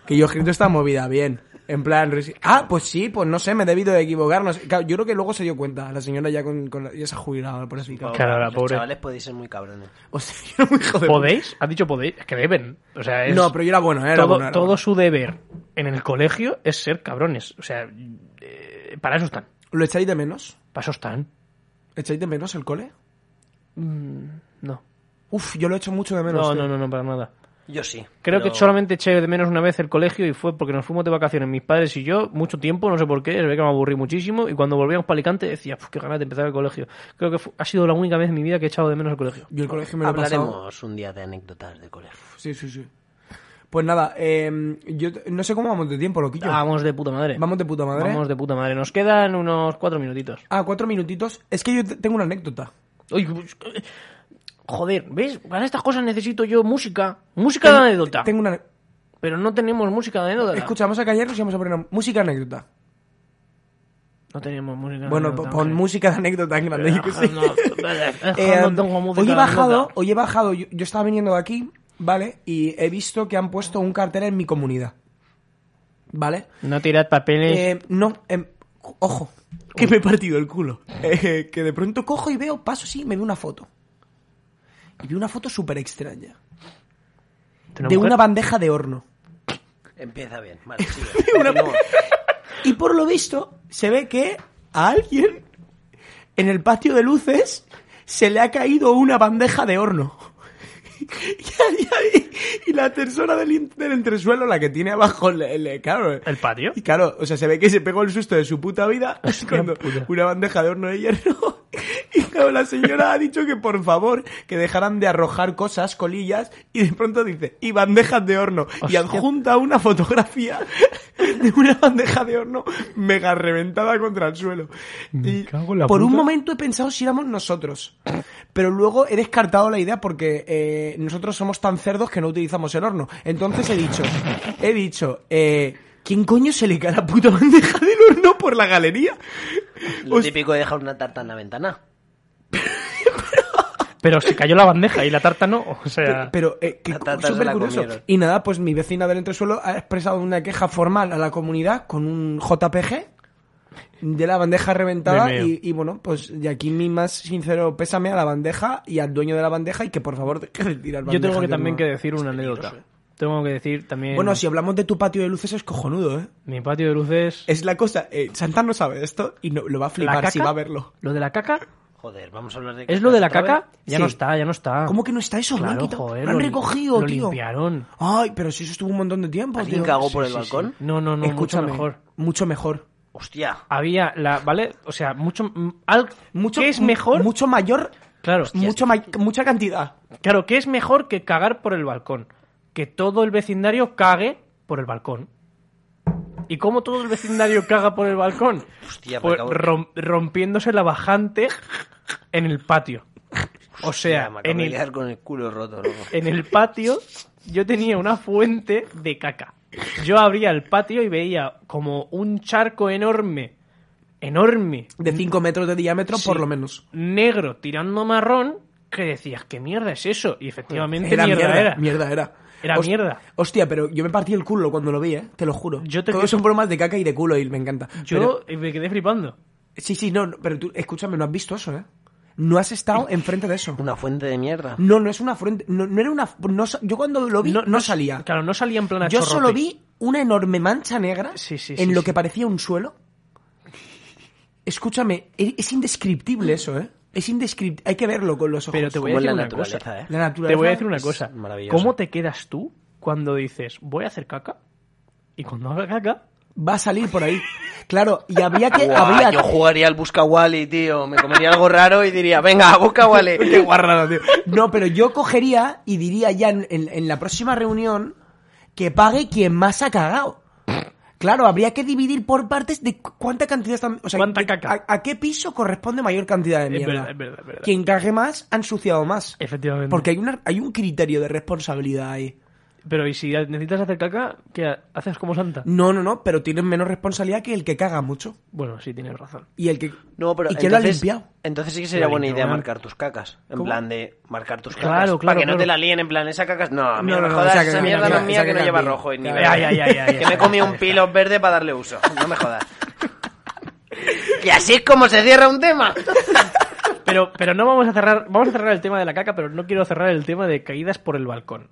Speaker 1: que yo he escrito esta movida bien. En plan, resi- ah, pues sí, pues no sé, me he debido de equivocarnos. Claro, yo creo que luego se dio cuenta, la señora ya con, con la- ya se ha jubilado, por así. claro.
Speaker 2: Claro, la
Speaker 3: Los
Speaker 2: pobre.
Speaker 3: chavales podéis ser muy cabrones.
Speaker 1: O sea, <laughs> yo era muy hijo de puta.
Speaker 2: ¿Podéis? ¿Has dicho podéis? Es que deben. O sea, es
Speaker 1: No, pero yo era bueno, ¿eh? Era
Speaker 2: todo,
Speaker 1: bueno, era
Speaker 2: todo
Speaker 1: bueno.
Speaker 2: su deber en el colegio es ser cabrones. O sea, eh, para eso están.
Speaker 1: ¿Lo echáis de menos?
Speaker 2: Para eso están.
Speaker 1: ¿Echáis de menos el cole?
Speaker 2: No.
Speaker 1: Uf, yo lo echo mucho de menos.
Speaker 2: No,
Speaker 1: tío.
Speaker 2: no, no, no, para nada.
Speaker 3: Yo sí.
Speaker 2: Creo
Speaker 3: pero-
Speaker 2: que solamente eché de menos una vez el colegio y fue porque nos fuimos de vacaciones mis padres y yo, mucho tiempo, no sé por qué, se ve que me aburrí muchísimo y cuando volvíamos para Alicante decía, "Puf, qué ganas de empezar el colegio. Creo que fu- ha sido la única vez en mi vida que he echado de menos el colegio.
Speaker 1: Yo el colegio me lo he pasado.
Speaker 3: Hablaremos un día de anécdotas de colegio.
Speaker 1: Sí, sí, sí. Pues nada, eh, yo t- no sé cómo vamos de tiempo, loquillo.
Speaker 2: Vamos de puta madre.
Speaker 1: Vamos de puta madre.
Speaker 2: Ah, Vamos de puta madre. Nos quedan unos cuatro minutitos.
Speaker 1: Ah, cuatro minutitos. Es que yo t- tengo una anécdota.
Speaker 2: Uy, pues, eh, joder, ¿ves? Para estas cosas necesito yo música. Música de anécdota.
Speaker 1: Tengo una...
Speaker 2: Pero no tenemos música de anécdota.
Speaker 1: Escucha, vamos a callarnos y vamos a poner una- música anécdota.
Speaker 2: Ah, No tenemos música de
Speaker 1: bueno,
Speaker 2: anécdota.
Speaker 1: po- pon
Speaker 2: Ángel.
Speaker 1: música de anécdota en grande. yo qué sé.
Speaker 2: No,
Speaker 1: Eh,
Speaker 2: no tengo música
Speaker 1: hoy
Speaker 2: de
Speaker 1: he bajado,
Speaker 2: anécdota.
Speaker 1: hoy he bajado, yo, yo estaba viniendo de aquí, ¿vale? Y he visto que han puesto un cartel en mi comunidad. ¿Vale?
Speaker 2: No tirad papeles.
Speaker 1: Eh, no, em, ojo, que me he partido el culo. <laughs> Eh, que de pronto cojo y veo, paso así, me veo una foto. Y veo una foto súper extraña.
Speaker 2: ¿De una
Speaker 1: de
Speaker 2: mujer?
Speaker 1: una bandeja de horno.
Speaker 3: Empieza bien, vale, sigue.
Speaker 1: <laughs>
Speaker 3: Continúa.
Speaker 1: Y por lo visto, se ve que a alguien en el patio de luces se le ha caído una bandeja de horno. <laughs> Y, ahí- y la persona del, in- del entresuelo, la que tiene abajo, el, el- claro,
Speaker 2: ¿El patio?
Speaker 1: Y claro, o sea, se ve que se pegó el susto de su puta vida
Speaker 2: <laughs> Hostia
Speaker 1: cuando
Speaker 2: puta.
Speaker 1: una bandeja de horno de hierro. <laughs> Y claro, la señora ha dicho que por favor, que dejaran de arrojar cosas, colillas, y de pronto dice, y bandejas de horno. Y
Speaker 2: Hostia.
Speaker 1: adjunta una fotografía <laughs> de una bandeja de horno mega reventada contra el suelo. Y
Speaker 2: cago en la
Speaker 1: por un
Speaker 2: puta.
Speaker 1: momento he pensado si éramos nosotros. Pero luego he descartado la idea porque eh, nosotros somos tan cerdos que no utilizamos el horno. Entonces he dicho, he dicho, eh, ¿quién coño se le cae la puta bandeja del horno por la galería?
Speaker 3: Lo
Speaker 1: Os-
Speaker 3: típico de dejar una tarta en la ventana.
Speaker 2: Pero se cayó la bandeja y la tarta no. O sea,
Speaker 1: Pero, eh, que
Speaker 3: La tarta se
Speaker 1: súper
Speaker 3: la
Speaker 1: curioso.
Speaker 3: comieron.
Speaker 1: Y nada, pues mi vecina del entresuelo ha expresado una queja formal a la comunidad con un JPG de la bandeja reventada.
Speaker 2: Me meo.
Speaker 1: Y, y bueno, pues de aquí mi más sincero pésame a la bandeja y al dueño de la bandeja y que por favor deje de tirar
Speaker 2: yo
Speaker 1: bandejas
Speaker 2: tengo que
Speaker 1: de
Speaker 2: también que
Speaker 1: nuevo.
Speaker 2: decir una anécdota. Tengo que decir también.
Speaker 1: Bueno, si hablamos de tu patio de luces es cojonudo, ¿eh?
Speaker 2: Mi patio de luces.
Speaker 1: Es la cosa, eh, Santa no sabe esto y no, lo va a
Speaker 2: ¿La
Speaker 1: flipar
Speaker 2: caca?
Speaker 1: si va a verlo.
Speaker 2: ¿Lo de la caca?
Speaker 3: Joder, vamos a hablar de
Speaker 2: ¿Es lo de la
Speaker 3: otra
Speaker 2: caca?
Speaker 3: vez.
Speaker 2: Ya
Speaker 1: Sí.
Speaker 2: no está, ya no está.
Speaker 1: ¿Cómo que no está eso? lo, han
Speaker 2: Ah. Claro,
Speaker 1: quitado.
Speaker 2: joder.
Speaker 1: Lo han
Speaker 2: li-
Speaker 1: recogido,
Speaker 2: lo
Speaker 1: tío.
Speaker 2: limpiaron.
Speaker 1: Ay, pero si eso estuvo un montón de tiempo,
Speaker 3: ¿Alguien
Speaker 1: tío.
Speaker 3: cagó por
Speaker 1: Sí,
Speaker 3: el
Speaker 1: sí, sí.
Speaker 3: balcón?
Speaker 2: No, no, no,
Speaker 1: Escúchame,
Speaker 2: mucho mejor.
Speaker 1: Mucho mejor.
Speaker 3: Hostia.
Speaker 2: Había la, ¿vale? O sea, mucho, mm, al-
Speaker 1: Mucho,
Speaker 2: ¿qué es mejor?
Speaker 1: Mucho mayor.
Speaker 2: claro,
Speaker 1: mucho ma- mucha cantidad.
Speaker 2: claro, ¿qué es mejor que cagar por el balcón? Que todo el vecindario cague por el balcón. ¿Y cómo todo el vecindario caga por el balcón?
Speaker 3: Hostia,
Speaker 2: Pues
Speaker 3: me acabo-
Speaker 2: rom- rompiéndose la bajante en el patio. O sea,
Speaker 3: Hostia, me acabo
Speaker 2: en
Speaker 3: de
Speaker 2: el, <laughs>
Speaker 3: quedar con el culo roto, loco.
Speaker 2: en el patio yo tenía una fuente de caca. Yo abría el patio y veía como un charco enorme, enorme,
Speaker 1: De 5 metros de diámetro, por lo menos.
Speaker 2: negro tirando a marrón, que decías, ¿qué mierda es eso? Y efectivamente
Speaker 1: Era
Speaker 2: mierda,
Speaker 1: mierda,
Speaker 2: era.
Speaker 1: mierda era.
Speaker 2: Era
Speaker 1: Host-
Speaker 2: mierda.
Speaker 1: Hostia, pero yo me partí el culo cuando lo vi, ¿eh? Te lo juro.
Speaker 2: Yo te
Speaker 1: Todos
Speaker 2: creo-
Speaker 1: son bromas de caca y de culo y me encanta. Pero-
Speaker 2: Yo me quedé flipando.
Speaker 1: Sí, sí, no, no, pero tú, escúchame, no has visto eso, ¿eh? No has estado enfrente de eso.
Speaker 3: Una fuente de mierda.
Speaker 1: No, no es una frente. No, no era una. no sa- yo cuando lo vi, no, salía.
Speaker 2: Claro, no salía en plan a
Speaker 1: yo
Speaker 2: chorrote.
Speaker 1: solo vi una enorme mancha negra
Speaker 2: Sí, sí,
Speaker 1: en
Speaker 2: sí,
Speaker 1: lo
Speaker 2: sí.
Speaker 1: que parecía un suelo. Escúchame, e- es indescriptible eso, ¿eh? Es indescriptible. Hay que verlo con los ojos.
Speaker 2: Pero te voy a
Speaker 3: Como en
Speaker 2: decir
Speaker 3: la
Speaker 2: una
Speaker 3: naturaleza,
Speaker 2: cosa.
Speaker 3: ¿eh?
Speaker 1: La
Speaker 2: Te
Speaker 1: naturaleza
Speaker 2: voy a decir una
Speaker 1: es-
Speaker 2: cosa.
Speaker 3: maravillosa.
Speaker 2: ¿Cómo te quedas tú cuando dices, voy a hacer caca? Y cuando haga caca,
Speaker 1: Va a salir por ahí. Claro, y habría
Speaker 2: <laughs>
Speaker 1: que.
Speaker 3: Guau,
Speaker 1: habría
Speaker 3: Yo jugaría al Busca Wally, tío. Me comería algo raro y diría, venga,
Speaker 1: <laughs>
Speaker 3: Busca Wally.
Speaker 1: guarrado, tío. No, pero yo cogería y diría ya en, en- en la próxima reunión que pague quien más ha cagado. Claro, habría que dividir por partes de cu- cuánta cantidad están. O sea,
Speaker 2: ¿Cuánta
Speaker 1: de-
Speaker 2: caca?
Speaker 1: A, a qué piso corresponde mayor cantidad de
Speaker 2: Es
Speaker 1: mierda?
Speaker 2: verdad, es verdad, es verdad.
Speaker 1: Quien cague más ha ensuciado más.
Speaker 2: efectivamente.
Speaker 1: Porque hay, una, hay un criterio de responsabilidad ahí.
Speaker 2: Pero y si necesitas hacer caca, ¿qué haces como santa?
Speaker 1: No, no, no, pero tienen menos responsabilidad que el que caga mucho.
Speaker 2: Bueno, sí, tienes razón.
Speaker 1: Y el que.
Speaker 3: No, pero
Speaker 1: ¿Y quién lo ha
Speaker 3: entonces-
Speaker 1: limpiado?
Speaker 3: Entonces sí que sería
Speaker 2: Lo
Speaker 3: buena idea
Speaker 2: limpiarán.
Speaker 3: marcar tus cacas. En
Speaker 1: ¿Cómo?
Speaker 3: plan de marcar tus cacas.
Speaker 2: Claro, claro,
Speaker 3: Para que no
Speaker 2: claro.
Speaker 3: te la líen en plan, esa caca. es- No, a mí
Speaker 1: No,
Speaker 3: no,
Speaker 1: no,
Speaker 3: me
Speaker 1: no,
Speaker 3: jodas.
Speaker 1: esa
Speaker 3: Esa
Speaker 1: caca no,
Speaker 3: mierda no es mía
Speaker 1: esa
Speaker 3: que no
Speaker 1: caca
Speaker 3: lleva
Speaker 1: no.
Speaker 3: rojo y ni
Speaker 1: Claro.
Speaker 3: verde.
Speaker 2: Ay, ay, ay, ay,
Speaker 3: Que
Speaker 2: ay,
Speaker 3: me
Speaker 1: <laughs>
Speaker 3: comí
Speaker 2: ay,
Speaker 3: un pilo verde para darle uso. No me jodas. Y así es como se cierra un tema.
Speaker 2: Pero, pero no vamos a cerrar, vamos a cerrar el tema de la caca, pero no quiero cerrar el tema de caídas por el balcón.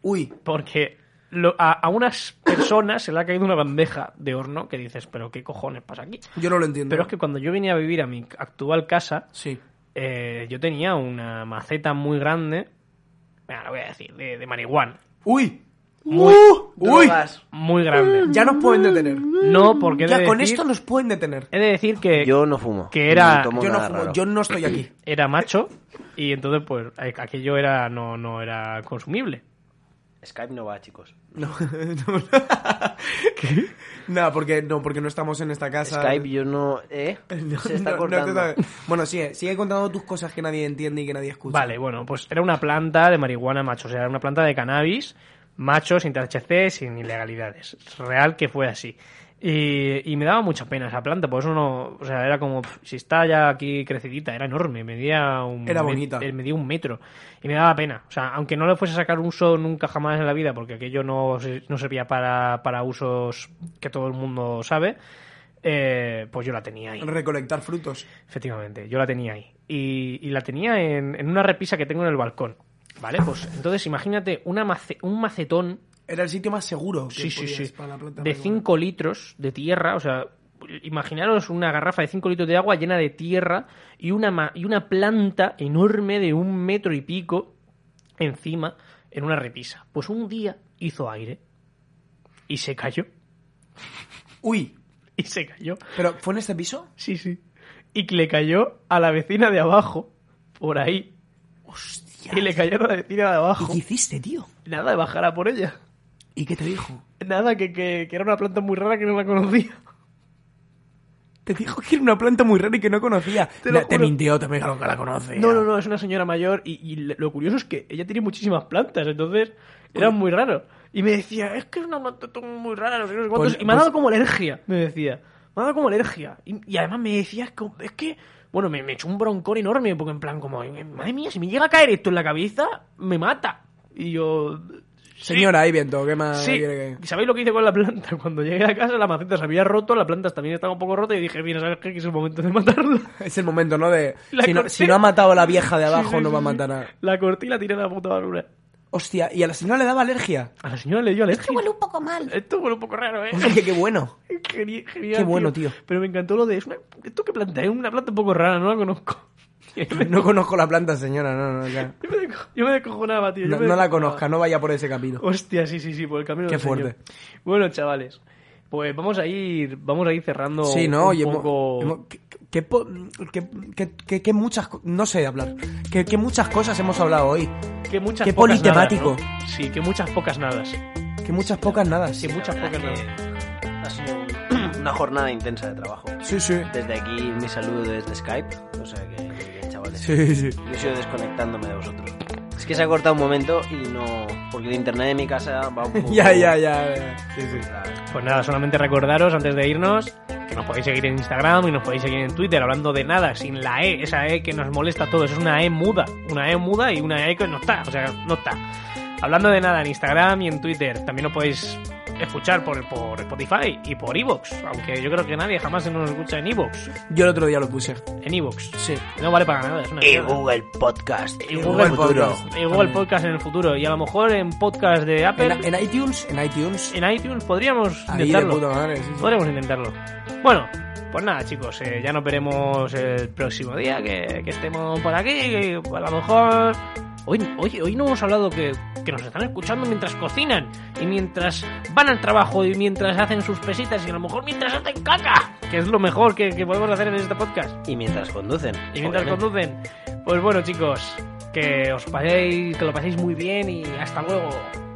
Speaker 1: Uy,
Speaker 2: Porque lo- a, a unas personas se le ha caído una bandeja de horno que dices, pero qué cojones pasa aquí.
Speaker 1: yo no lo entiendo.
Speaker 2: Pero es que cuando yo vine a vivir a mi actual casa,
Speaker 1: Sí.
Speaker 2: eh, yo tenía una maceta muy grande, mira, lo voy a decir, de, de marihuana.
Speaker 1: ¡Uy!
Speaker 2: Muy,
Speaker 1: ¡Uh! ¡Uy!
Speaker 3: Drogas.
Speaker 2: muy grande.
Speaker 1: Ya nos pueden detener.
Speaker 2: No, porque he de
Speaker 1: Mm. Ya con
Speaker 2: decir-
Speaker 1: esto nos pueden detener.
Speaker 2: he de decir que
Speaker 3: Yo no fumo.
Speaker 2: Que era-
Speaker 3: Ni tomo
Speaker 1: Yo no
Speaker 3: nada
Speaker 1: fumo,
Speaker 3: raro.
Speaker 1: yo no estoy <laughs> aquí.
Speaker 2: era macho y entonces pues a- aquello era no, no era consumible.
Speaker 3: Skype no va, chicos.
Speaker 1: No, <laughs> no. No, porque no, porque no estamos en esta casa.
Speaker 3: Skype yo no... ¿Eh?
Speaker 1: <laughs> No,
Speaker 3: se está
Speaker 1: no, no te
Speaker 3: cortando.
Speaker 1: está- bueno, sigue, sigue contando tus cosas que nadie entiende y que nadie escucha.
Speaker 2: Vale, bueno, pues era una planta de marihuana macho, o sea, era una planta de cannabis macho, sin THC, sin ilegalidades. Es Real que fue así. Y, y me daba mucha pena esa planta, por eso no, o sea, era como, pf, si está ya aquí crecidita, era enorme, medía un,
Speaker 1: Era
Speaker 2: met-
Speaker 1: bonita.
Speaker 2: eh, medía un metro. Y me daba pena, o sea, aunque no le fuese a sacar uso nunca jamás en la vida, porque aquello no, se- no servía para, para usos que todo el mundo sabe, eh, pues yo la tenía ahí.
Speaker 1: Recolectar frutos.
Speaker 2: Efectivamente, yo la tenía ahí. Y, y la tenía en, en una repisa que tengo en el balcón. ¿Vale? Pues entonces imagínate una mace- un macetón
Speaker 1: Era el sitio más seguro que
Speaker 2: sí, sí,
Speaker 1: podías
Speaker 2: sí,
Speaker 1: para la planta
Speaker 2: de
Speaker 1: marihuana.
Speaker 2: 5 litros de tierra. O sea, imaginaros una garrafa de 5 litros de agua llena de tierra y una, ma- y una planta enorme de un metro y pico encima en una repisa. Pues un día hizo aire y se cayó.
Speaker 1: Uy,
Speaker 2: Y se cayó.
Speaker 1: pero ¿fue en este piso?
Speaker 2: Sí, sí. Y que le cayó a la vecina de abajo, por ahí.
Speaker 1: Hostia.
Speaker 2: Y le cayó a la vecina de abajo.
Speaker 1: ¿Y qué hiciste, tío?
Speaker 2: Nada de bajar a por ella.
Speaker 1: ¿Y qué te dijo?
Speaker 2: Nada, que, que, que era una planta muy rara que no la conocía.
Speaker 1: Te dijo que era una planta muy rara y que no conocía.
Speaker 2: Te lo
Speaker 1: No, te
Speaker 2: juro.
Speaker 1: mintió, también claro que la conoce.
Speaker 2: No, no, no, es una señora mayor y, y lo curioso es que ella tiene muchísimas plantas, entonces era muy raro. Y me decía, es que es una planta todo muy rara, no sé, no sé cuántos.
Speaker 1: Pues-
Speaker 2: y me ha dado
Speaker 1: pues-
Speaker 2: como alergia, me decía. Me ha dado como alergia. Y, y además me decía, es que, es que, bueno, me, me echó un broncón enorme, porque en plan, como, madre mía, si me llega a caer esto en la cabeza, me mata. Y yo...
Speaker 1: Señora, ahí viento, ¿qué más
Speaker 2: Sí,
Speaker 1: quiere que-
Speaker 2: ¿Y ¿sabéis lo que hice con la planta? <laughs> Cuando llegué a casa, la maceta se había roto, la planta también estaba un poco rota y dije, mira, ¿sabes qué? Que es el momento de matarla.
Speaker 1: <laughs> Es el momento, ¿no? De.
Speaker 2: La
Speaker 1: Si no,
Speaker 2: corté.
Speaker 1: si no ha matado a la vieja de abajo,
Speaker 2: Sí, sí,
Speaker 1: no
Speaker 2: sí,
Speaker 1: va a
Speaker 2: sí.
Speaker 1: matar a.
Speaker 2: La corté y la tiré a la puta basura.
Speaker 1: Hostia, y a la señora le daba alergia.
Speaker 2: A la señora le dio alergia. Esto huele un,
Speaker 1: poco mal.
Speaker 2: poco raro, ¿eh? <laughs>
Speaker 1: Oye, qué bueno.
Speaker 2: Geni- Genial,
Speaker 1: Qué bueno, tío.
Speaker 2: Pero me encantó lo de... Es una, ¿Esto qué planta? Es una planta un poco rara, no la conozco. <laughs> Yo me,
Speaker 1: No conozco la planta, señora, no, no, claro.
Speaker 2: yo me deco- yo me descojonaba, tío. yo
Speaker 1: No,
Speaker 2: me
Speaker 1: no la
Speaker 2: descojonaba.
Speaker 1: conozca, no vaya por ese camino.
Speaker 2: Hostia, sí, sí, sí, por el camino
Speaker 1: Qué
Speaker 2: del Señor.
Speaker 1: fuerte.
Speaker 2: Bueno, chavales, pues vamos a ir, vamos a ir cerrando
Speaker 1: Sí, no,
Speaker 2: un
Speaker 1: oye, hemos-
Speaker 2: poco...
Speaker 1: hemos- que, que po- que- que- que- que muchas, co- no sé hablar, que, que muchas cosas hemos hablado hoy,
Speaker 2: Que muchas
Speaker 1: Qué
Speaker 2: pocas
Speaker 1: politemático.
Speaker 2: nadas, ¿no? Sí, que muchas pocas nadas.
Speaker 1: que muchas pocas nada.
Speaker 2: Que muchas
Speaker 3: La
Speaker 2: pocas
Speaker 3: verdad
Speaker 2: nadas.
Speaker 3: que Ha sido
Speaker 2: <clears throat>
Speaker 3: un- una jornada intensa de trabajo.
Speaker 1: Sí, sí,
Speaker 3: Desde aquí mi saludo desde Skype. O sea que, muy bien, chavales.
Speaker 1: sí, sí.
Speaker 3: Yo sigo desconectándome de vosotros.
Speaker 2: Es
Speaker 3: que se ha cortado un momento y no. Porque el internet de mi casa
Speaker 1: <laughs>
Speaker 3: va un poco.
Speaker 1: Ya, ya, ya. ya. Sí, sí.
Speaker 2: Pues nada, solamente recordaros antes de irnos que nos podéis seguir en Instagram y nos podéis seguir en Twitter hablando de nada, sin la E, esa E que nos molesta a todos, es una E muda, una E muda y una E que no está, o sea, no está. Hablando de nada en Instagram y en Twitter, también nos podéis escuchar por, por Spotify y por Evox, aunque yo creo que nadie jamás se nos escucha en Evox,
Speaker 1: Yo el otro día lo puse.
Speaker 2: en Evox.
Speaker 1: Sí.
Speaker 2: No vale para nada, es una
Speaker 3: Y
Speaker 2: mierda.
Speaker 3: Google Podcast.
Speaker 2: Y Google
Speaker 3: Futuro.
Speaker 1: Podcast.
Speaker 2: Y Google Podcast en el futuro y a lo mejor en podcast de Apple,
Speaker 1: En, en iTunes, en iTunes.
Speaker 2: en iTunes podríamos
Speaker 1: Ahí de
Speaker 2: Eh, intentarlo.
Speaker 1: puta madre, sí, sí.
Speaker 2: Podremos intentarlo. Bueno, pues nada, chicos, eh, ya nos veremos el próximo día que, que estemos por aquí. que a lo mejor. Hoy, hoy, hoy no hemos hablado que, que nos están escuchando mientras cocinan y mientras van al trabajo y mientras hacen sus pesitas y a lo mejor mientras hacen caca, que es lo mejor que, que podemos hacer en este podcast.
Speaker 3: Y mientras conducen.
Speaker 2: Y mientras
Speaker 3: obviamente.
Speaker 2: conducen. Pues bueno, chicos, que os paséis, que lo paséis muy bien y hasta luego.